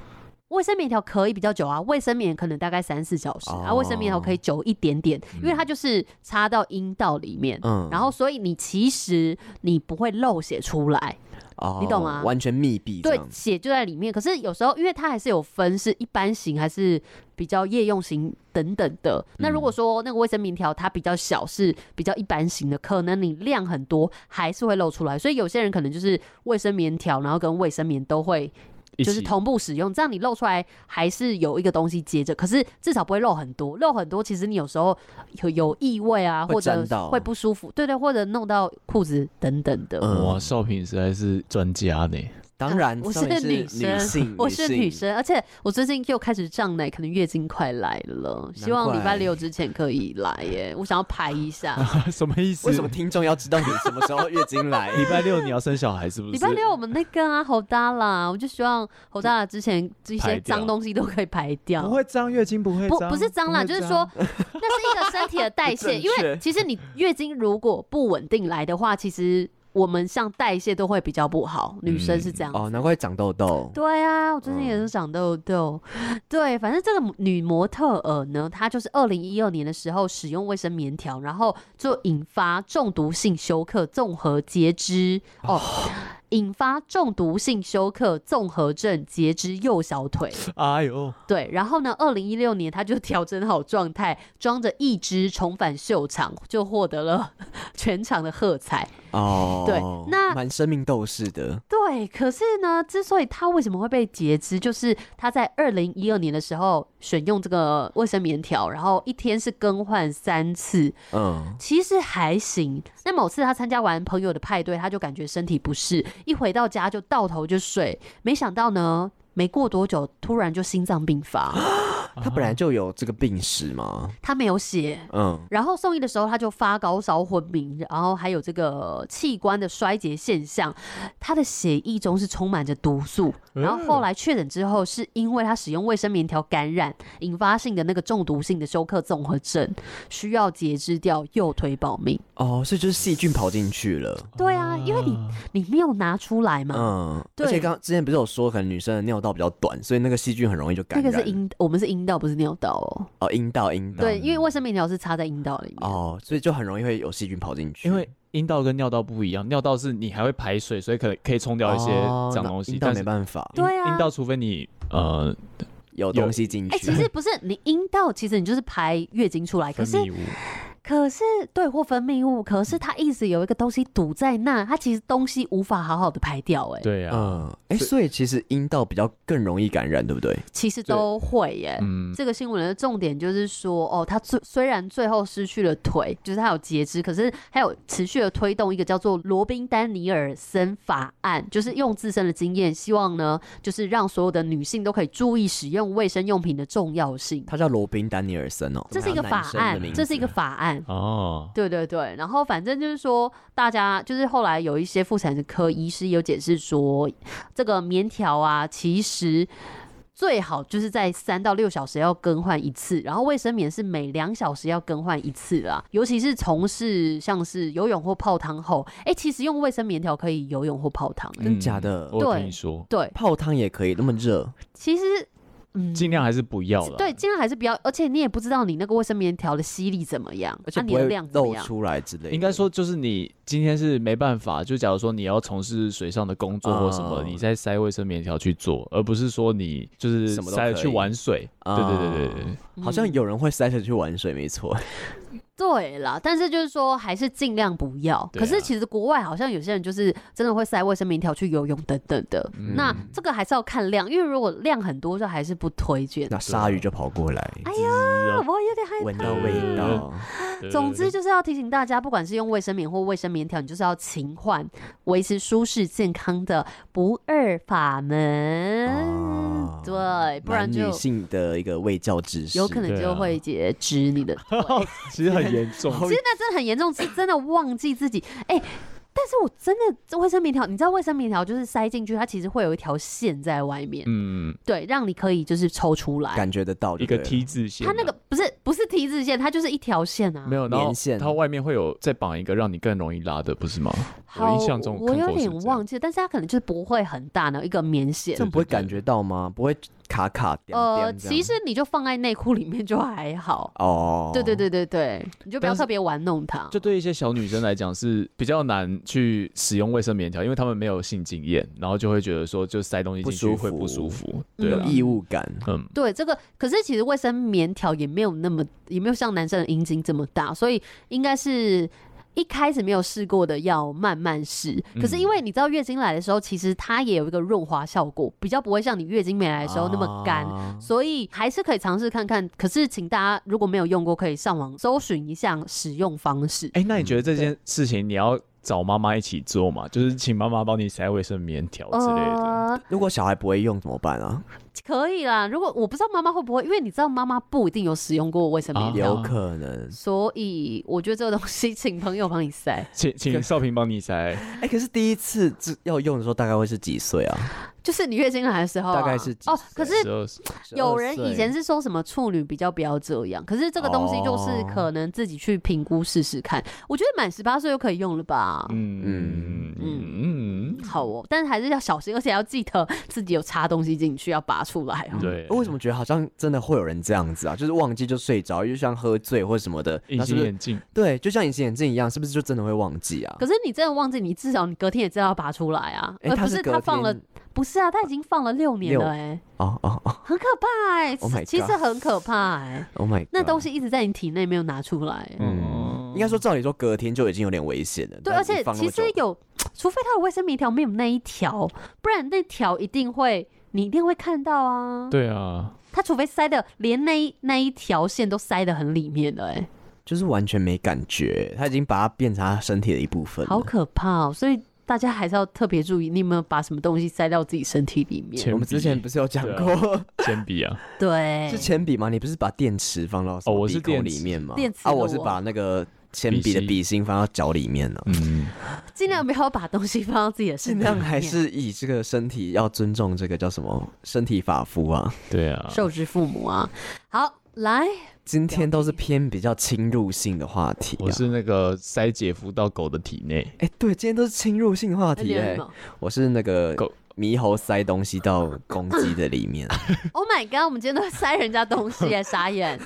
A: 卫生棉条可以比较久啊，卫生棉可能大概三四小时、啊，
C: 哦
A: 卫生棉条可以久一点点，因为它就是插到阴道里面，
C: 嗯
A: 然后所以你其实你不会漏血出来，
C: 哦，
A: 你懂吗
C: 完全密闭这
A: 对，
C: 样子。
A: 血就在里面。可是有时候因为它还是有分是一般型还是比较夜用型等等的，那如果
C: 嗯
A: 说那个卫生棉条它比较小是比较一般型的，可能你量很多还是会漏出来，所以有些人可能就是卫生棉条，然后跟卫生棉都会
B: 一
A: 就是
B: 起
A: 同步使用，这样你漏出来还是有一个东西接着，可是至少不会漏很多。漏很多，其实你有时候有有异味啊，
C: 会
A: 或者
C: 沾到
A: 会不舒服，对对，或者弄到裤子等等的。
C: 嗯
B: 哇，少平实在是专家呢，
C: 当然，
A: 我
C: 上面是
A: 女
C: 嗯女性
A: 生，，我是
C: 性
A: 女，生，而且我最近又开始胀奶，可能月经快来了，希望礼拜六之前可以来耶，我想要排一下。
B: 什么意思？
C: 为什么听众要知道你什么时候月 经来？
B: 礼拜六你要生小孩是不是？
A: 礼拜六我们那个啊，侯达啦，我就希望侯达啦之前这些
B: 排掉
A: 脏东西都可以排掉。
B: 不会脏，月经不会
A: 不
B: 脏，
A: 不是脏啦，
B: 不
A: 就
B: 会
A: 是说 那是一个身体的代谢，
C: 不正
A: 因为
C: 确
A: 其实你月经如果不稳定来的话，其实我们像代谢都会比较不好，女生是这样。
C: 哦，难怪长痘痘。
A: 对啊，我最近也是长痘痘。对，反正这个女模特儿呢，她就是二零一二年的时候使用卫生棉条，然后就引发中毒性休克综合截肢哦，引发中毒性休克综合症截肢右小腿。
B: 哎呦，
A: 对，然后呢，二零一六年他就调整好状 态，装着一只重返秀场，就获得了全场的喝彩。
C: 哦，
A: 对那
C: 蛮生命斗士的，
A: 对，可是呢，之所以它为什么会被截肢，就是它在二零一二年的时候选用这个卫生棉条，然后一天是更换三次，
B: 啊
C: 嗯，
A: 其实还行。那某次他参加完朋友的派对，他就感觉身体不适，一回到家就倒头就睡，没想到呢。没过多久，突然就心脏病发，
C: 他本来就有这个病史嘛，
A: 他没有血，
C: 嗯，
A: 然后送医的时候，他就发高烧、昏迷，然后还有这个器官的衰竭现象。他的血液中是充满着毒素。
C: 嗯
A: 然后后来确诊之后，是因为他使用卫生棉条感染引发性的那个中毒性的休克综合症，需要截肢掉右腿保命。
C: 哦，所以就是细菌跑进去了，
A: 对啊，因为你你没有拿出来嘛，
C: 嗯，
A: 对
C: 而且刚之前不是有说，可能女生的尿道比较短，所以那个细菌很容易就感
A: 那
C: 染，
A: 个是阴，我们是阴道，不是尿道哦。
C: 哦，阴道阴道，
A: 对，因为卫生棉条是插在阴道里面。
C: 哦，所以就很容易会有细菌跑进去，
B: 因为阴道跟尿道不一样，尿道是你还会排水，所以可可以冲掉一些
C: 哦
B: 脏
C: 那
B: 东西，
C: 阴道
B: 但
C: 没
B: 是
C: 办法，
A: 对啊
B: 阴阴道除非你呃
C: 有东西进去，
A: 哎、其实不是你阴道，其实你就是排月经出来，哎可
B: 分
A: 是
B: 泌物，
A: 可是对或分泌物，可是它一直有一个东西堵在那，它其实东西无法好好的排掉、哎，
B: 对啊，
C: 嗯，哎、所以其实阴道比较更容易感染，对不对？
A: 其实都会耶、
B: 嗯，
A: 这个新闻的重点就是说，哦，他最虽然最后失去了腿，就是他有截肢，可是还有持续的推动一个叫做罗宾丹尼尔森法案，就是用自身的经验，希望呢，就是让所有的女性都可以注意使用卫生用品的重要性。
C: 他叫罗宾丹尼尔森哦，
A: 这是一个
C: 男
A: 法
C: 生的
A: 案
C: 名，字
A: 这是一个法案，
B: 哦，
A: 对对对，然后反正就是说，大家就是后来有一些妇产科医师有解释说，这个棉条啊，其实最好就是在三到六小时要更换一次，然后卫生棉是每两小时要更换一次啦。尤其是从事像是游泳或泡汤后，哎，其实用卫生棉条可以游泳或泡汤、诶
C: 真假的
B: 嗯我有听
A: 对
B: 你说，
A: 对，
C: 泡汤也可以，那么热，
A: 其实嗯。
B: 尽量还是不要了，
A: 对，，尽量还是不要，而且你也不知道你那个卫生棉条的吸力怎么样，
C: 而且
A: 啊、
C: 不
A: 你的
C: 会
A: 量怎么
C: 露
A: 样？
C: 出来之类的。
B: 应该说就是你今天是没办法，就假如说你要从事水上的工作或什么，
C: 哦
B: 你再塞卫生棉条去做，而不是说你就是
C: 什么都
B: 塞了
C: 可
B: 去
C: 以
B: 玩水。对对对对对对，
C: 啊
B: 嗯
C: 好像有人会塞着去玩水，没错。
A: 对啦，但是就是说还是尽量不要。
B: 对啊
A: 可是其实国外好像有些人就是真的会塞卫生棉条去游泳等等的，
B: 嗯
A: 那这个还是要看量，因为如果量很多就还是不推荐。
C: 那鲨鱼就跑过来，
A: 哎呀，我有点害怕。
C: 闻到味
B: 哎
C: 道，
B: 对
A: 总之，就是要提醒大家，不管是用卫生棉或卫生棉条，你就是要勤换，维持舒适健康的不二法门。
B: 啊
C: 哦
A: 对，不然
C: 蛮
A: 就
C: 女性的一个卫教知识，
A: 有可能
B: 对
A: 就
B: 啊
A: 会截肢你的腿。
B: 其实很严重，
A: 其实那真的很严重，是真的忘记自己。哎、但是我真的这卫生棉条，你知道卫生棉条就是塞进去，它其实会有一条线在外面，
B: 嗯，
A: 对，让你可以就是抽出来。
C: 感觉得到就
B: 一个
C: 对了
B: T 字线啊，
A: 它那个不是不是 T 字线，它就是一条线啊。
B: 没有，然后
C: 棉线
B: 它外面会有再绑一个让你更容易拉的，不是吗？
A: 好，
B: 印象中
A: 我
B: 看
A: 有
B: 过是
A: 点
B: 这样
A: 忘记了，但是它可能就是不会很大呢，一个棉线
C: 这。样不会感觉到吗？不会卡卡点
A: 呃，其实你就放在内裤里面就还好。
C: 哦，
A: 对对，对对对，你就不要
B: 但是
A: 特别玩弄它。
B: 就对一些小女生来讲是比较难去使用卫生棉条，因为她们没有性经验，然后就会觉得说就塞东西进去
C: 不舒
B: 会
C: 服
B: 不舒服，对
C: 有
B: 啦
C: 异物感。
B: 嗯，
A: 对，这个可是其实卫生棉条也没有那么，也没有像男生的阴茎这么大，所以应该是。一开始没有试过的要慢慢试，可
B: 嗯
A: 是因为你知道月经来的时候，其实它也有一个润滑效果，比较不会像你月经没来的时候那么干，
C: 啊
A: 所以还是可以尝试看看。可是请大家如果没有用过，可以上网搜寻一下使用方式。
B: 哎、那你觉得这件事情你要找妈妈一起做吗？就是请妈妈帮你塞卫生棉条之类的。
A: 呃，
C: 如果小孩不会用怎么办啊？
A: 可以啦。如果我不知道妈妈会不会，因为你知道妈妈不一定有使用过卫生棉
B: 啊
A: 条，
C: 有可能。
A: 所以我觉得这个东西 请朋友帮你塞。
B: 请请少平帮你塞，
C: 哎，可是第一次这要用的时候大概会是几岁啊？
A: 就是你月经来的时候啊、
C: 大概是几
A: 哦
C: 岁，
A: 可是
B: 时候是
A: 有人以前
C: 是
A: 是说什么处女比较不要这样，可是这个东西就是
C: 哦
A: 可能自己去评估试试看。我觉得满十八岁就可以用了吧。
B: 嗯嗯嗯
A: 好哦，但是还是要小心，而且要记得自己有插东西进去，要拔出来哦。
B: 嗯，对，
C: 哎我为什么觉得好像真的会有人这样子啊？就是忘记就睡着，就像喝醉或什么的，
B: 隐
C: 那是
B: 形
C: 不是
B: 眼镜
C: 对，就像隐形眼镜一样，是不是就真的会忘记啊？
A: 可是你真的忘记，你至少你隔天也知道要拔出来啊，
C: 诶
A: 而
C: 它
A: 不
C: 是
A: 是
C: 隔
A: 他放了
C: 天，
A: 不是啊，他已经放了六年了、哎，
C: 哦哦哦
A: 很可怕哎、
C: Oh my
A: 其实
C: God
A: 很可怕哎、
C: ，Oh my，
A: 那
C: God
A: 东西一直在你体内没有拿出来、
B: 嗯
C: 应该说照理说隔天就已经有点危险了。
A: 对，
C: 但
A: 而且
C: 你放那
A: 其
C: 么
A: 实
C: 久
A: 有，除非他的卫生棉条没有那一条，不然那条一定会，你一定会看到啊。
B: 对啊，
A: 他除非塞的连那一那一条线都塞的很里面了、欸，
C: 就是完全没感觉，他已经把它变成他身体的一部分
A: 哎，
C: 了。
A: 好可怕哦、所以大家还是要特别注意，你有没有把什么东西塞到自己身体里面？
B: 铅笔啊
C: 我们之前不是有讲过、
B: 铅笔啊，
A: 对，
C: 是铅笔吗？你不是把电池放到什么
B: 哦我是
C: 鼻孔
B: 电池
C: 里面吗？
A: 电池
C: 啊，
A: 的
C: 我是
A: 我
C: 把那个铅笔的
B: 笔芯
C: 笔芯放到脚里面哦了、
B: 嗯，
A: 尽量不要把东西放到自己的 身
C: 尽
A: 体里面，
C: 量还是以这个身体要尊重这个叫什么身体发肤啊。
B: 对啊，
A: 受之父母啊。好，来，
C: 今天都是偏比较侵入性的话题、啊。
B: 我是那个塞姐夫到狗的体内，
C: 哎、对，今天都是侵入性话
A: 那
C: 题
A: 你有什
C: 哎、
A: 么
C: 我是那个
B: 狗
C: 猕猴塞东西到公鸡的里 面，
A: ？Oh my god！我们今天都塞人家东西、欸，傻 眼。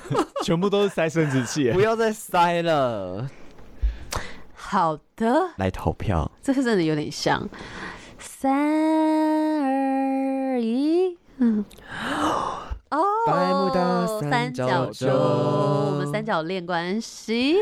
B: 全部都是塞生殖器
C: 不要再塞了。
A: 好的，
C: 来投票，
A: 这个真的有点像。三二一，嗯，哦，
C: 百慕大
A: 三
C: 三
A: 角
C: 角
A: 洲，
C: 洲
A: 我们三角恋关系。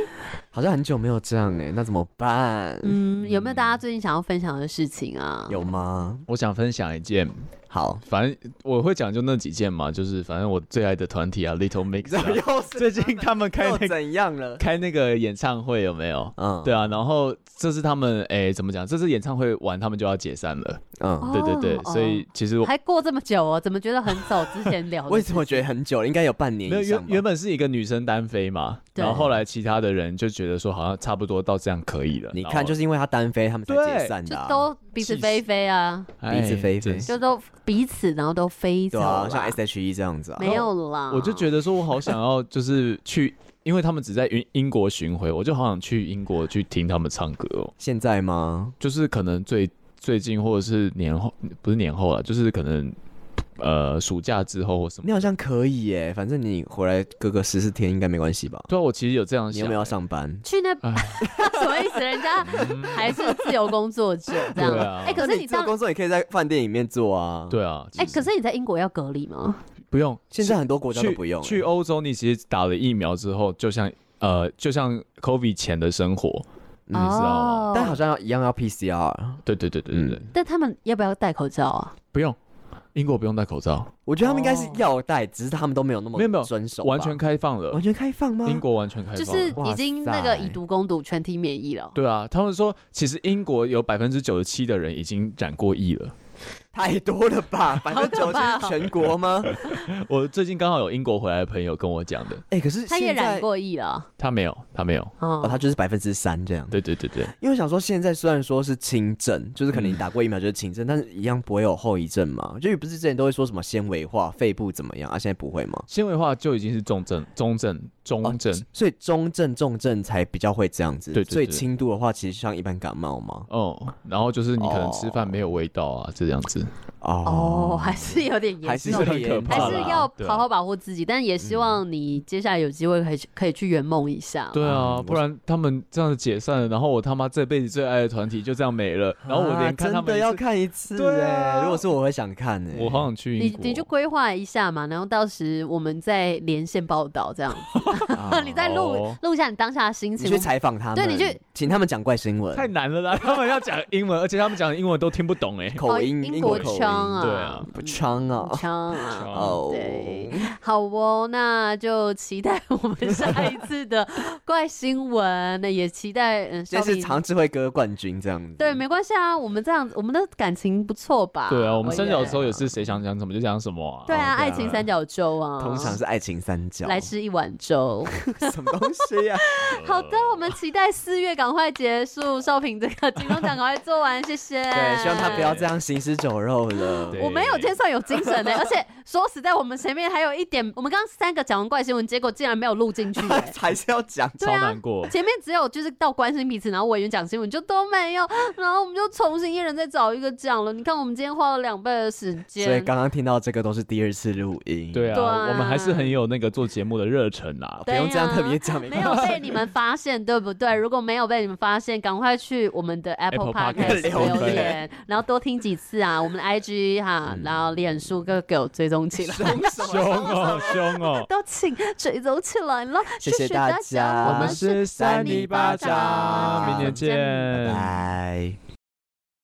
C: 好像很久没有这样哎、那怎么办？
A: 嗯，有没有大家最近想要分享的事情啊？
C: 有吗？
B: 我想分享一件，
C: 好，
B: 反正我会讲就那几件嘛，就是反正我最爱的团体啊，Little Mix，、啊、
C: 又是
B: 最近他们开
C: 又
B: 那个
C: 怎样了？
B: 开那个演唱会有没有？
C: 嗯，
B: 对啊，然后这是他们哎、怎么讲？这次演唱会完，他们就要解散了。
C: 嗯，
B: 对对对
A: 哦，
B: 所以其实我
A: 还过这么久哦，怎么觉得很早之前聊的？
C: 为什么觉得很久了？应该有半年
B: 没有
C: 以
B: 原
C: 上吧。
B: 原本是一个女生单飞嘛，
A: 对
B: 然后后来其他的人就觉得说好像差不多到这样可以了。
C: 你看，就是是因为他单飞，他们才
B: 对
C: 解散
A: 就
C: 的、啊。
A: 都彼此
B: 气死
A: 飞飞啊，
B: 哎
C: 彼此飞飞
A: 就都彼此，然后都飞走
C: 对啊，
A: 了。
C: 像 S.H.E 这样子啊。
A: 没有啦，
B: 我就觉得说我好想要就是去，因为他们只在英英国巡回，我就好想去英国去听他们唱歌哦。
C: 现在吗？
B: 就是可能最最近或者是年后，不是年后了，就是可能呃暑假之后或什么。
C: 你好像可以耶，反正你回来隔个十四天应该没关系吧？
B: 对啊，我其实有这样
C: 你
B: 想
C: 有没有要上班？
A: 去那
B: 哎
A: 什么意思？人家还是自由工作者这样。
B: 对啊
A: 哎，可是
C: 那
A: 你
C: 这
A: 当
C: 个工作也可以在饭店里面做啊。，
B: 对啊，
A: 哎，
B: 其
A: 可
B: 实
A: 是你在英国要隔离吗？
B: 不用，
C: 现在很多国家都不用
B: 去
C: 耶。
B: 欧洲，你其实打了疫苗之后，就像呃，就像 COVID 前的生活，
C: 嗯知道
A: 哦，
C: 但好像要一样要 PCR。
B: 对对对对对
C: 嗯
B: 对，
A: 但他们要不要戴口罩啊？
B: 不用，英国不用戴口罩，
C: 我觉得他们应该是
A: 哦
C: 要带，只是他们都没有那么
B: 没有没有
C: 遵守吧，
B: 完全开放了
C: 完，全开放吗？
B: 英国完全开放了，
A: 哦就是已经那
C: 哇
A: 个
C: 塞
A: 以毒攻毒，全体免疫了。
B: 对啊，他们说其实英国有百分之九十七的人已经染过疫了。
C: 太多了吧？百
A: 好
C: 分之
A: 可
C: 九
A: 怕哦
C: 是全国 吗？
B: 我最近刚好有英国回来的朋友跟我讲的，
C: 哎，可是
A: 他也
C: 现在
A: 染过疫了，
B: 他没有，他没有，
C: 哦，
A: 哦
C: 他就是百分之三这样。
B: 对对对对，
C: 因为我想说，现在虽然说是轻症，就是可能你
B: 嗯
C: 打过疫苗就是轻症，但是一样不会有后遗症嘛？就不是之前都会说什么纤维化、肺部怎么样啊？现在不会吗？
B: 纤维化就已经是重症、中症、中症。
C: 所以中症、重症才比较会这样子。
B: 对对对
C: 最轻度的话，其实像一般感冒嘛。
B: 哦、然后就是你可能吃饭
C: 哦
B: 没有味道啊，这样子。
A: 哦，还是有点严
C: 还
A: 重
C: 是
B: 重
C: 有点严重
B: 还
A: 还是
B: 是很可怕啦
A: 要
B: 对啊
A: 好好保护自己，但也
C: 嗯
A: 希望你接下来有机会可以去可以去圆梦一下。
B: 对啊，
C: 嗯
B: 不然他们这样解散了，然后我他妈这辈子最爱的团体就这样没了，然后我连看他
C: 啊真
B: 们
C: 的
B: 一
C: 要
B: 次，
C: 看一次。
B: 对啊
C: 哎如果是我会想看欸呢。
B: 我好想去英
A: 你
B: 国。
A: 你就规划一下嘛，然后到时我们再连线报道这样子。
C: 啊
A: 你再录
B: 哦
A: 录一下你当下的心
C: 你
A: 情。
C: 去采访他们，
A: 对你去
C: 请他们讲怪新闻，
B: 太难了 啦！他们要讲英文，而且他们讲的英文都听不懂 哎、
A: 哦
C: 口音，
A: 英
C: 英
A: 国
C: 口音
A: 腔啊，
B: 对啊
C: 不腔啊，
A: 腔啊。
B: 哦
C: 哦，
A: 对，好哦，那就期待我们下一次的怪新闻，那也期待嗯，
C: 这
A: 少
C: 是
A: 平
C: 常智慧歌冠军这样子。
A: 对，没关系啊，我们这样，我们的感情不错吧？
B: 对啊，我们
A: 觉
B: 三
A: 得
B: 角洲也是谁想讲什么就讲什么啊。
A: 嗯对啊，
C: 对
A: 爱
C: 啊
A: 情三角洲啊，
C: 通常是爱情三角，
A: 来吃一碗粥。
C: 什么东西 啊？
A: 好的，我们期待四月赶快结束，少平这个金钟奖赶快做完，谢谢。
C: 对，希望他不要这样行尸走肉了。。
B: 对
A: 我没有天算有精神的、而且说实在，我们前面还有一点，我们刚刚三个讲完怪新闻，结果竟然没有录进去、欸
C: 还是要讲
A: 对
B: 超
A: 啊
B: 难过。
A: 前面只有就是到关心彼此，然后委员讲新闻就都没有，然后我们就重新一人再找一个讲了。你看我们今天花了两倍的时间，
C: 所以刚刚听到这个都是第二次录音，
B: 对啊，
A: 对啊
B: 我们还是很有那个做节目的热忱啦。
C: 不用这样
A: 对啊
C: 特别讲，没
A: 没有
C: 关系。
A: 被你们发现，对不对？如果没有被你们发现，赶快去我们的 Apple
B: Apple Podcast
A: Podcast 留
B: 留
A: 言，然后多听几次啊。我我们的 IG 哈，然后脸书各给我追踪起来，
B: 凶哦凶哦，
A: 都请追踪起来了，
C: 谢谢
A: 谢
C: 大家
A: 家，
B: 我
C: 我
B: 们
C: 们
B: 是
C: 是
B: 三
C: 三
B: 泥
C: 泥
A: 啊
B: 巴
C: 巴
B: 掌，
C: 掌
B: 明
C: 明天
B: 天见，
C: 拜。